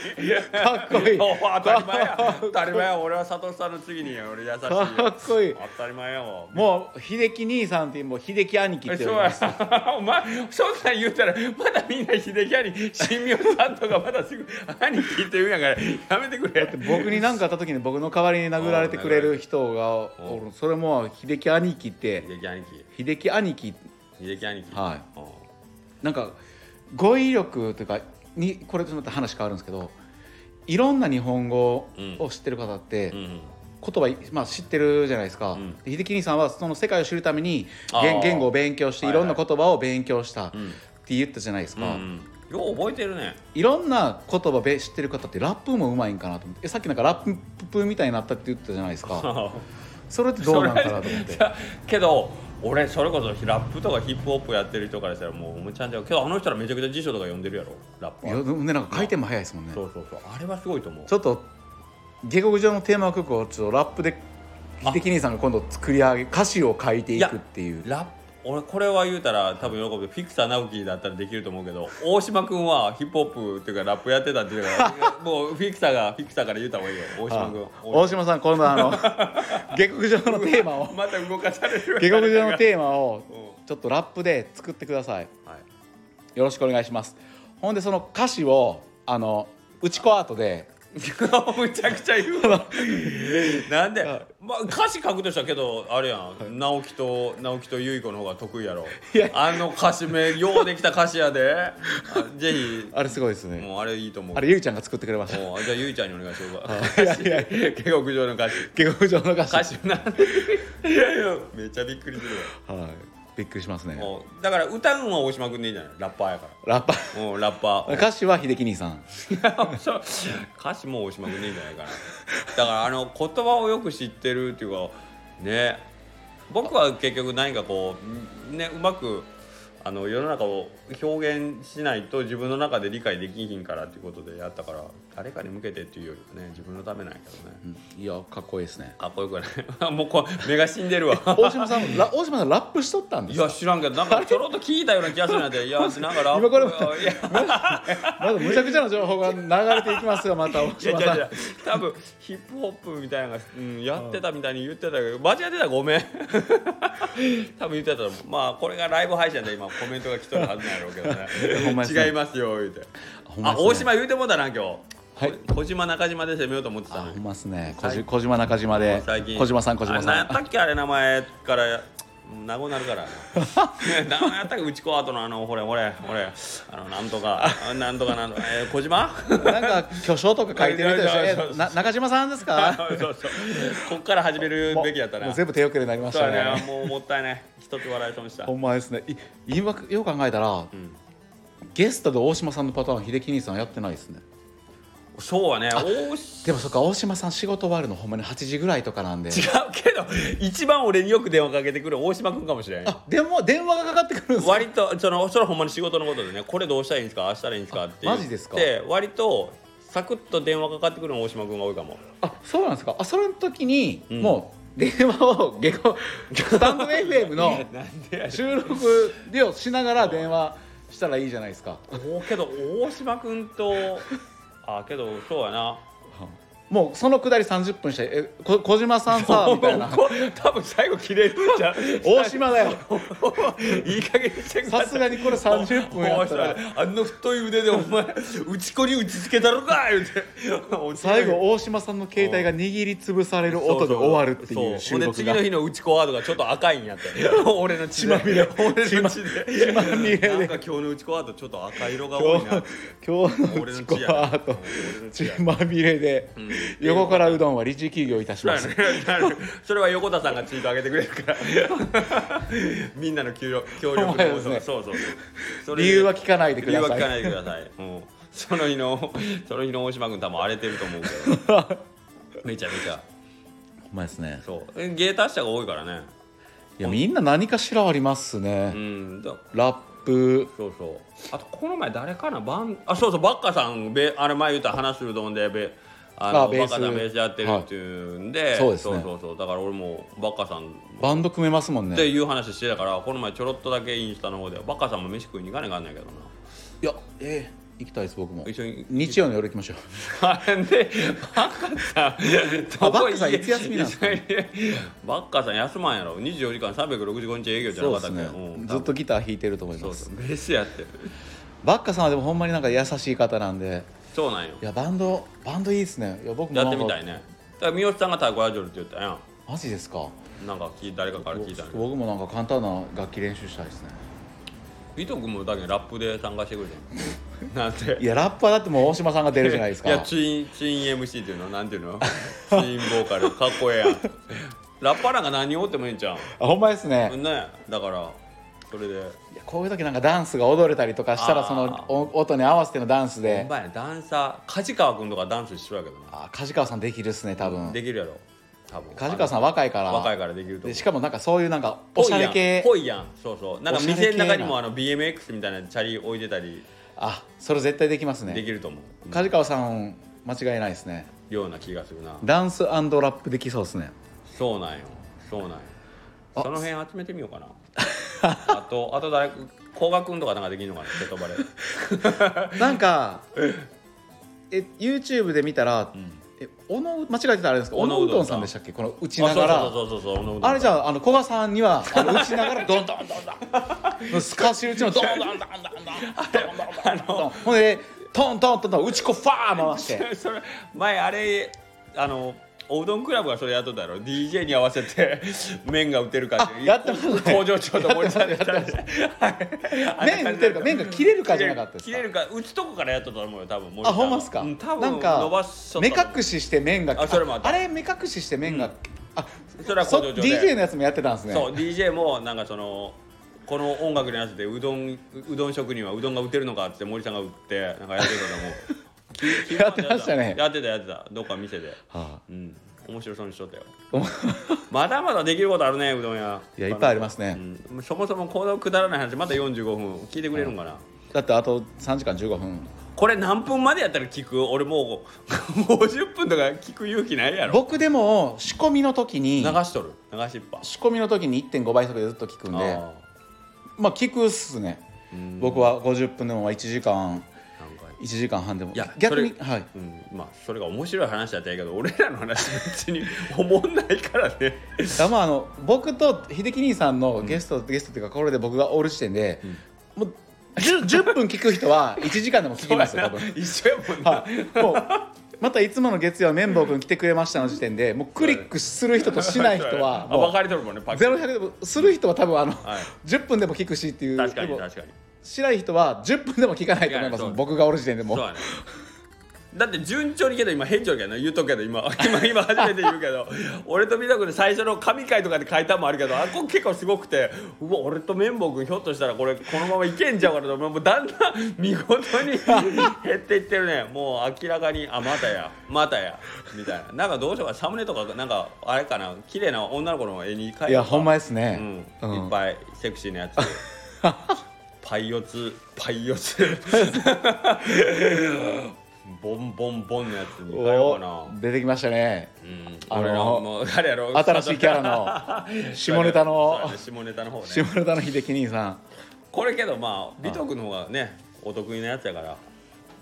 かっこいい
お当たり前や当たり前や俺は佐藤さんの次に俺優しい
かっこいい
当たり前やわ
もう秀樹兄さんっていうもう秀樹兄貴
え
って
そう
呼びます
や お前そんなん言うたらまだみんな秀樹兄神妙さんとかまだすぐ兄貴って言うんやからやめてくれ
僕に何かあった時に僕の代わりに殴られてくれる人が
うん
おるそれも秀樹兄貴って
秀樹兄貴
秀樹兄貴
秀樹兄貴
はい
い
なんか語彙力というかにこれとまた話変わるんですけどいろんな日本語を知ってる方って、
うんうん
言葉、まあ、知ってるじゃないですか、
ん
で秀樹兄さんはその世界を知るために
あー
言言語を勉強してい
はいは
ろ
い
んな言葉を勉強したっ
ん
て言ったじゃないですか、
うんうん、よう覚えてるね
いろんな言葉べ知ってる方ってラップもうまいんかなと思ってえさっきなんかラッ プみたいになったって言ったじゃないですか
そ
それってどうなんかなと思って
れけど俺それこそラップとかヒップホップやってる人からしたらもうおもちゃんじゃんけどあの人らめちゃくちゃ辞書とか読んでるやろラップ
いやでもねなんか回転も早いですもんね
そうそうそうあれはすごいと思う
ちょっと下克上のテーマ曲をちょっとラップで秀樹兄さんが今度作り上げ歌詞を書いていくっていう
ラップ俺これは言うたら多分喜ぶフィクサー直樹だったらできると思うけど大島君はヒップホップっていうかラップやってたっていうから もうフィクサーがフィクサーから言うた方がいいよ大島君
あ大島さん今度 あの下克上のテーマを
また動かされ
下
る
克上の
ー
テーマを
マ、
ちょっとラップで作ってください
うんはい、
よろしくお願いしますほんでその歌詞をあの打ち子アートで
むちゃくちゃ言うわなんで、まあ、歌詞書くとしたけどあれやん直樹と直樹と結子の方が得意やろ
いや
あの歌詞名ようできた歌詞やであぜひ
あれすごいですね
もうあれいいと思う
あれゆいちゃんが作ってくれました
もうじゃあゆいちゃんにお願いしようか
いやいやいや
下克上の歌詞
下克上の歌詞
歌詞なん でめっちゃびっくりする
はいびっくりしますね
わもうだから歌うのは大島君でいいんじゃないラッパーやか
ラッパ
らもうラッパー
歌詞は秀樹兄さん
そう 歌詞も大島君でいいんじゃないかなだからあの言葉をよく知ってるっていうかね僕は結局何かこうねうまくあの世の中を表現しないと自分の中で理解できひんからっていうことでやったから誰かに向けてっていうよりはね自分のためなんやけどね
いやかっこいいですね
かっこよくない もうこう目が死んでる わ
大島さんラ大島さんラップしとったんで
い
すか
や知らんけどなんかちょろっと聞いたような気がするんやでい やなんかラップ
今これ
いや
まだむちゃくちゃな情報が流れていきますよまた大
いや
島
いや
さ
い
ん
や多分ヒップホップみたいなのが、うん、やってたみたいに言ってたけど間違ってたら ごめん多分言ってたと思うまあこれがライブ配信で今コメントが来とるはずなんやろう け
ほんまです
ど
ね
ね違いますよ言うて
ほんま
あ
ですね
大島言うてもうたな今日、
はい
こ小島中島で攻めようと思ってた
あ
の
ほん
に
まっすね小じ小島中島で
最近
小島さん小島
あれ
さ
何やった
ん
っけあれ名前からうん名護な るからなね何やったっけうちこあとのあのほれほれほれあのなんとかあなんとかなんとか、えー、小島
なんか巨匠とか書いてる人でしょ
いやいやいや
えな中島さんです
あ
か
そうそうこっから始めるべきやった
も
な
う全部手遅れになりまし
そ
た
うや
ね
ね、もうもったいない。一つ笑い損した。
ほ
うん
まですねい今よく考えたら
ん
ゲストで大島さんのパターン秀樹兄さんやってないですね
そうはね、おし。
でもそっか大島さん仕事終わるのほんまに8時ぐらいとかなんで
違うけど、一番俺によく電話かけてくる大島君かもしれん。
あ電話電話がかかってくるんですか
割と、その、それはほんまに仕事のことでね、これどうしたらいいんですか、ああしたらいいんですかって言
あ
っ
マジですか
で、割と、サクッと電話かかってくるの大島君が多いかも。
あそうなんですかあそれの時に、
うん
もう電話を下 校スタンド FM の
なんでやねん
収録をしながら電話したらいいじゃないですか
おけど、大島君と。あ、けど、そうやな。
もうそのくだり30分してえこ小島さんさみたいな
多分最後切れるんじゃん。
大島だよ
いい加減にしてくださ
さ
い
すがにこれ30分やったら
あんな太い腕でお前打ち子に打ちつけたろか言うて
最後大島さんの携帯が握りつぶされる音で終わるっていう
そ
収
うほんで
録
次
が
の日の打ち子ワードがちょっと赤いんやって 俺の血まみれ俺の血で
血まみれで
なんか今日の打ち子ワードちょっと赤色が多
今
い
日
な
今日の
俺の
チ
血
コ
や
アート
俺の血や
血まみれで、横からうどんは理事休業いたし
そ
ま
うや
す、
ねなるそれは横田さんがツイート上げてくれるから みんなの協力協力
ほんまですね
そうそうそうそれ
理
で
由は聞かないでく
理由
だ
は
さ
聞
い
かないでください。うん、その日の、その日の大島君多分荒れてると思うけ ど。めちゃめちゃ。
ほんまですね
そう、え芸達者が多いからね。
いやみんな何かしらありますね
う、ん、だ、
ラップ
そうそう。あと、この前誰かな、バン、あ、そうそう、バッカさん、べ、あれ前言った話するどんで、べ。あの
あベー
バッ
ス
カさんベースやってるっていうんで、
いそうですね
そうそうそうだから俺もバッカさんっ
バンド組めますもん
て
ね
いう話してたからこの前ちょろっとだけインスタの方でバッカさんも飯食いに行かねえかんねんけどない
やええ行きたいです僕も
一緒 に
日曜の夜行きましょう
あれでバッカさん
あバッカさんいつ休みなんですか
バッカさん休まんやろ24時間365日営業じゃな
そ
か
う
っ
で
たっ
す
け
ね
うん
ずっとギター弾いてると思い
そ
ま
う
す
そうベースやってる
バッカさんはでもほんまになんか優しい方なんで
そうなんよ
いやバンドバンドいいですねいや僕も
や
なん
っ
か
てみたいねだから三好さんが太鼓ラジオルって言ったやん
マジですか
なんか聞い誰かから聞いたんやけど
僕もなんか簡単な楽器練習したいですね
伊藤君もだけどラップで参加してくれてんなん
い
て
やラッパーだってもう大島さんが出るじゃないですか
やチーンチーン MC っていうのなんていうのチーンボーカルかっこええやんラッパーなんか何をってもいいんちゃ
あほんまですね、
うねだからそれで
いやこういう時なんかダンスが踊れたりとかした
あ
ら
ー
そのお音に合わせてのダンス
ほ
で
んまやねダンサー梶川君とかダンス一緒やけどな
あー梶川さんできるっすね多分
できるやろ多分
梶川さん若いから
若いからできると
で
思う
しかもなんかそういうなんかおしゃれ系
ぽいやんぽいやんそうそうなんか
おしゃれ系
店の
な
中にもあの BMX みたいなチャリ置いてたり
あそれ絶対できます
で
ね
きると思う、うん
梶川さん間違いないですね
ような気がするな
ダンスラップできそうです ね
そうなんよそうなんよ
あ
その辺集めてみようかなあとあと誰か高賀君とかなんかできるのかな瀬戸バレ
なんかえ YouTube で見たら、
ん
えおの間違えてたらあれですか
お
お
の
の
う
う
ど
ど
ん
ん
さ
さ
ん
んでしたっけこの打ちなが
あ
ら
そうそうそうそうそう
あれじ
ゃ
ゃああの古賀さんにはあ の打ちながらドンドンドンドンスカシ打ちのドンドンドンドンドンドンドンドンほんでトントントントン打ち子ファー回して
それ前あれあのおうどんクラブがそれやっとったやろ DJ に合わせて麺が打てるかっていう
あやってましたね
工場長と森さんでやった
麺打てるか麺が切れるかじゃなかったです
切
か
れるか打つとこからやっとったと思うよ多分森
あ
さは
ほんまっすか、
うん、多分
なんか
伸ばしとった
目
と思う
隠しして麺が
あそれもあった
れ目隠しして麺が、あ
それは工
そ
場長で
DJ のやつもやってたんですね
そう DJ もなんかそのこの音楽に合わせてうどんうどん職人はうどんが打てるのかっつって森さんが打ってなんかやって たと思う
やってましたね
やってたやってたどっか店で
はあ
うん面白そうにしとった よ
おも
まだまだできることあるねうどん屋
いやいっぱいありますね
うんそもそもこのくだらない話また45分聞いてくれるんかな、
だってあと3時間15分
これ何分までやったら聞く俺もう50分とか聞く勇気ないやろ
僕でも仕込みの時に
流しとる流しっぱ
仕込みの時に1.5倍速でずっと聞くんで
あ
まあ聞くっすね
ーうん
僕は50分でも1時間
なんか
1時間半でも
いや
逆に
それ
はい
うん、まあそれが面白い話だったんやけど俺らの話別に思んないからね
だまああの僕と秀樹兄さんのゲスト、ゲストっていうかこれで僕がおる時点で、もう 10, 10分聞く人は1時間でも聞きますよ多分
一緒やもんな、
はい、もうまたいつもの月曜は綿棒君来てくれましたの時点でもうクリックする人としない人は
あ
も
分
う
かれとるもんねパック
ゼロ百でもする人は多分あの、
はい
10分でも聞くしっていう
確かに
でも
確かに
しない人は10分でも聞かないと思いま
聞かない
す
そう
僕がおる時点でも
そうやねだって順調にけど今変調けど言っとくけど今 今今初めて言うけど俺と美佐子で最初の神回とかで書いたんもあるけどあこ結構すごくてうわ俺と綿棒君ひょっとしたらこれこのままいけんちゃうからともうだんだん見事に減っていってるねもう明らかにあまたやまたやみたいななんかどうしようかサムネとかなんかあれかな綺麗な女の子の絵に描いて
いやほんまです
う
ね、
ん、
うん
いっぱいセクシーな やつパイオツパイオ ツボンボンボンのやつに変えようかな
お出てきましたね
うん、
あの
俺らもうあれやろ
新しいキャラ の下ネタの
そうやね下ネタの方
下
ね
ネタの秀樹兄さ
これけどまあ美徳の方がねお得意なやつやから
ん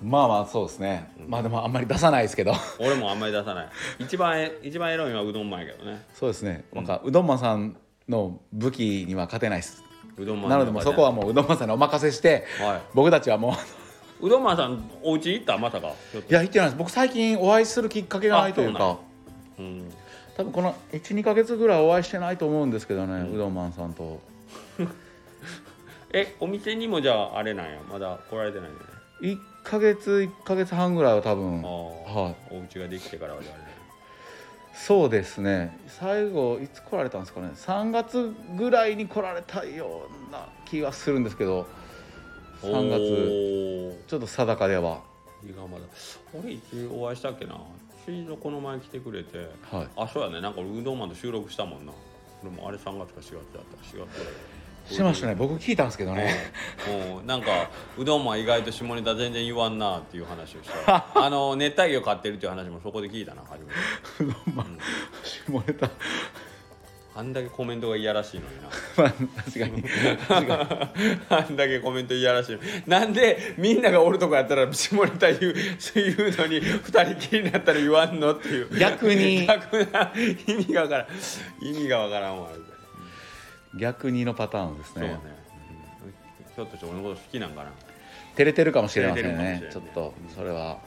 まあまあそうですねまあでもあんまり出さないですけど
俺もあんまり出さない一番え一番エロいのはうどんまんやけどね
そうですねなんかうどんまんさんの武器には勝てないです
うどんまん
なのでもうそこはもううどんまんさんにお任せして、
はい
僕たちはもう
うどんまんさんお家行ったまさかちょっと
いや言ってないです僕最近お会いするきっかけがないという
あ
か
うん
多分この12か月ぐらいお会いしてないと思うんですけどね、うどんまんさんと
えお店にもじゃああれなんやまだ来られてないんだね
1か月1か月半ぐらいは多分
ああ、
はい
お家ができてからはじゃあね
そうですね最後いつ来られたんですかね3月ぐらいに来られたような気がするんですけど3月
月
ちょっと定かでは
伊賀まだ俺いつお会いしたっけなシードこの前来てくれて
はい
あそうやねなんか俺うどんマンと収録したもんな俺もあれ3月か4月だった4月ぐらい
してましたね僕聞いたんですけどね
うんうんなんかうどんマン意外と下ネタ全然言わんなっていう話をしたあの熱帯魚飼ってるっていう話もそこで聞いたな初めて
うどん まん下ネタ
あんだけコメントがいやらしいのにな
まあ確か に確かに
あんだけコメントいやらしいなんでみんながおるとこやったら下ネタ言うそういうのに2人きりになったら言わんのっていう
逆に
逆な意味がわからん意味がわからんわみ
逆にのパターンです
たいな
ね
そうね、うんひょっとして俺のこと好きなんかな
照れてるかもしれませんね
照れてる
ち
か
ょ
も
っ
しれんね
とそれは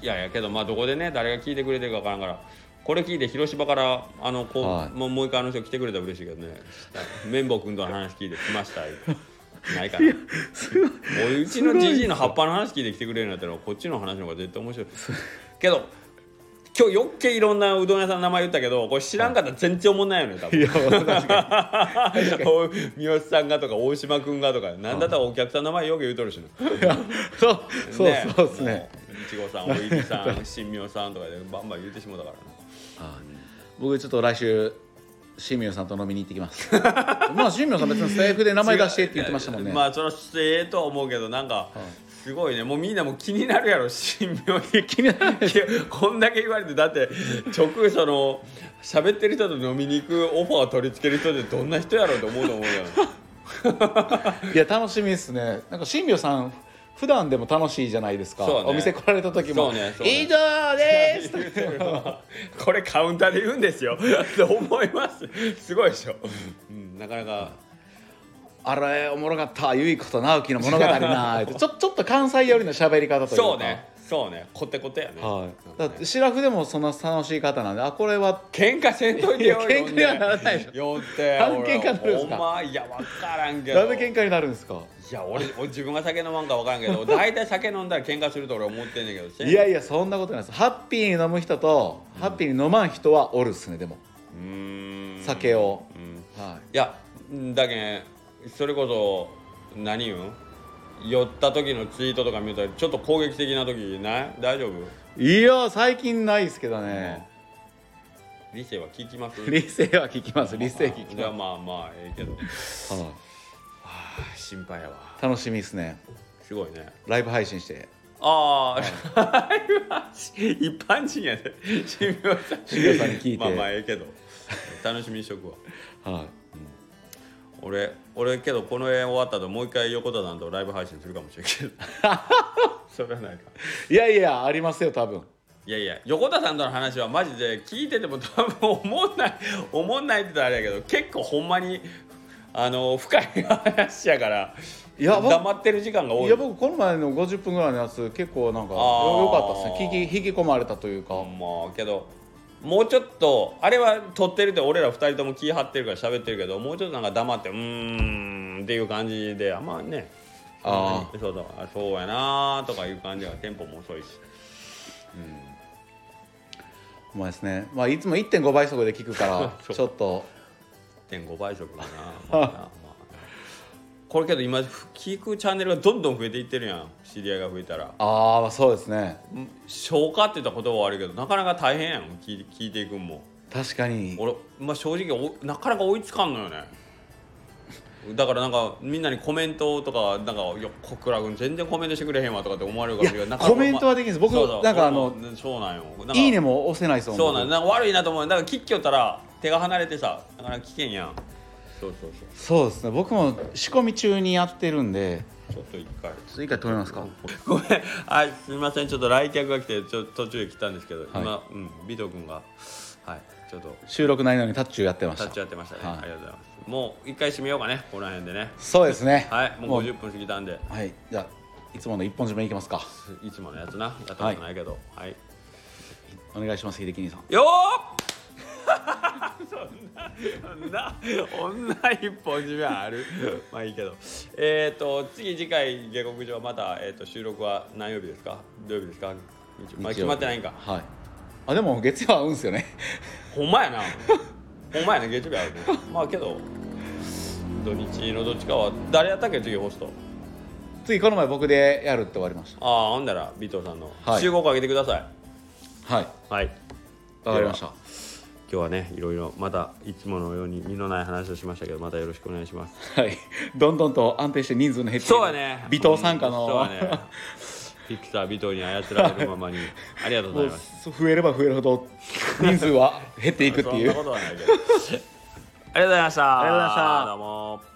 い
やいやけどまあどこでね誰が聞いてくれてるかわからんからこれ聞いて広島からあのこう、
はい
もうもう一回あの人来てくれたら嬉しいけどね綿棒君との話聞いて来ましたないかなおいうちのじじいの葉っぱの話聞いてきてくれるんだったらこっちの話の方が絶対面白いけど今日余計いろんなうどん屋さんの名前言ったけどこれ知らんかったら全然おもんないよね多
い
分
や確か
お三好さんがとか大島君がとか何だったらお客さんの名前よく言うとるしな
にいやそう そうそうですね
もういちごさんおいちさん神妙さんとかでバンバン言うてしもうたからな
あ僕ちょっと来週新明さんと飲みに行ってきます まあ新明さん別にスタイフで名前出してって言ってましたもんね、
まあそれはええとは思うけどなんかすごいねもうみんなもう気になるやろ神妙に気になる こんだけ言われてだって直その喋ってる人と飲みに行くオファー取り付ける人ってどんな人やろうと思うと思うやろ
いや楽しみですねなんか新明さん普段でも楽しいじゃないですか、
そうね
お店来られた時
そ
も
うねそう
以
ね
上です
言うてるわ これカウンターで言うんですよ と思いますすごいでしょ、うん、なかなか
あれおもろかったゆい子と直樹の物語なーっ てちょちょっと関西寄りの喋り方というか
そうねそうねコテコテやね、
はいだってシラフでもそんな楽しい方なんであこれは
喧嘩せんといてよ
いや喧嘩にはならないでしょ
ょ呼んで
なんで喧嘩になるんですか
俺ほんまいや分からんけど
なんで喧嘩になるんですか
いや俺俺自分が酒飲まんか分からん けど大体酒飲んだら喧嘩すると俺思ってんねんけどせん
いやいやそんなことないですハッピーに飲む人とハッピーに飲まん人はおるっすねでも、
うーん
酒を
うん
はい
やんだけんそれこそ何言うん酔った時のツイートとか見たらちょっと攻撃的な時ない大丈夫
い、いや最近ないですけどね、
理性は聞きます
理性は聞きます理性聞き
じゃあ
ま
まあまあええけど
す、はい
心配やわ
楽しみですね
すごいね
ライブ配信して
ああ、一般人やで、神妙さん。
神妙さんに聞いて
まあまあええけど、楽しみにしとくわ。
は
俺、俺けどこの絵終わった後もう一回横田さんとライブ配信するかもしれんけ ど。それはないか。
いいやいやありますよ多分
いやいや、横田さんとの話はマジで聞いてても多分思んない、思んないって言ったらあれやけど、結構ほんまに、あの、深い話やから、
いや僕
黙ってる時間が多
い
い。
や僕この前の50分ぐらいのやつ結構なんか
あー
よかったですね引き引き込まれたというか、
まあけどもうちょっとあれは撮ってるって俺ら2人とも気張ってるから喋ってるけどもうちょっとなんか黙ってうーんっていう感じであんまね
あ
そうそうあそうやなーとかいう感じがテンポも遅いし
うまいですね、まあ、いつも1.5倍速で聞くから
そう
ちょっと
1.5倍速かな,、まあなまあこれけど今聞くチャンネルがどんどん増えていってるやん知り合いが増えたら
ああまあそうですね
ん消化って言った言葉はあるけどなかなか大変やん聞い聞いていくんも
確かに
俺、まあ、正直おなかなか追いつかんのよねだからなんかみんなにコメントとかなんか「いや小倉君全然コメントしてくれへんわ」とかって思われるかもしれない
いや
なんかほんま
コメントはできんです僕
そうそう
なんかあの
俺もそうなんよなんか
いいねも押せないですもん
そうなんなんか悪いなと思うだから切っきよったら手が離れてさなかなか危険やんそうそう
そうですね僕も仕込み中にやってるんで
そうちょっと一 回
ちょっと一回止めますか
ごめんあすみませんちょっと来客が来てちょ途中で来たんですけど、今、うん、ビト君がはいちょっと
収録ないのにタッチューやってまし
立
た
ち会ってましたね、
はい
ありがとうございますもう一回締めようかねこの辺でね
そうですね
はい、もう
も
50分過ぎたんで、
うはいじゃあいつもの一本締めいきますか
いつものやつな、やったことないけど、はい。
お願いします秀樹兄さん
よー そんな、そんな、女一本締めはある。 まあいいけど、えっ、ー、と、次、次回、下克上、また、えっ、と、収録は何曜日ですか。土曜日ですか。日曜日まあ、決まってないんか。
はいあでも月曜は合うんですよね
ほんまやな。 ほんまやな、月曜日あるね。 まあ、けど。土日のどっちかは、誰やったっけ、次ホスト。
次この前僕でやるって終わりまし
ああ、ほんだら、ビートさんの、
はい
集合かけてください。
たはい
はい。
わかりました
今日はねいろいろまたいつものように身のない話をしましたけどまたよろしくお願いします
はいどんどんと安定して人数の減っている
そうやね
微糖参加の、
そう やねピクサー尾藤に操られるままにありがとうご
も
ざ
う
います
増えれば増えるほど人数は減っていくって
そん
い
な
う
ことはないけどありがとうございました
ありがとうございました
どうも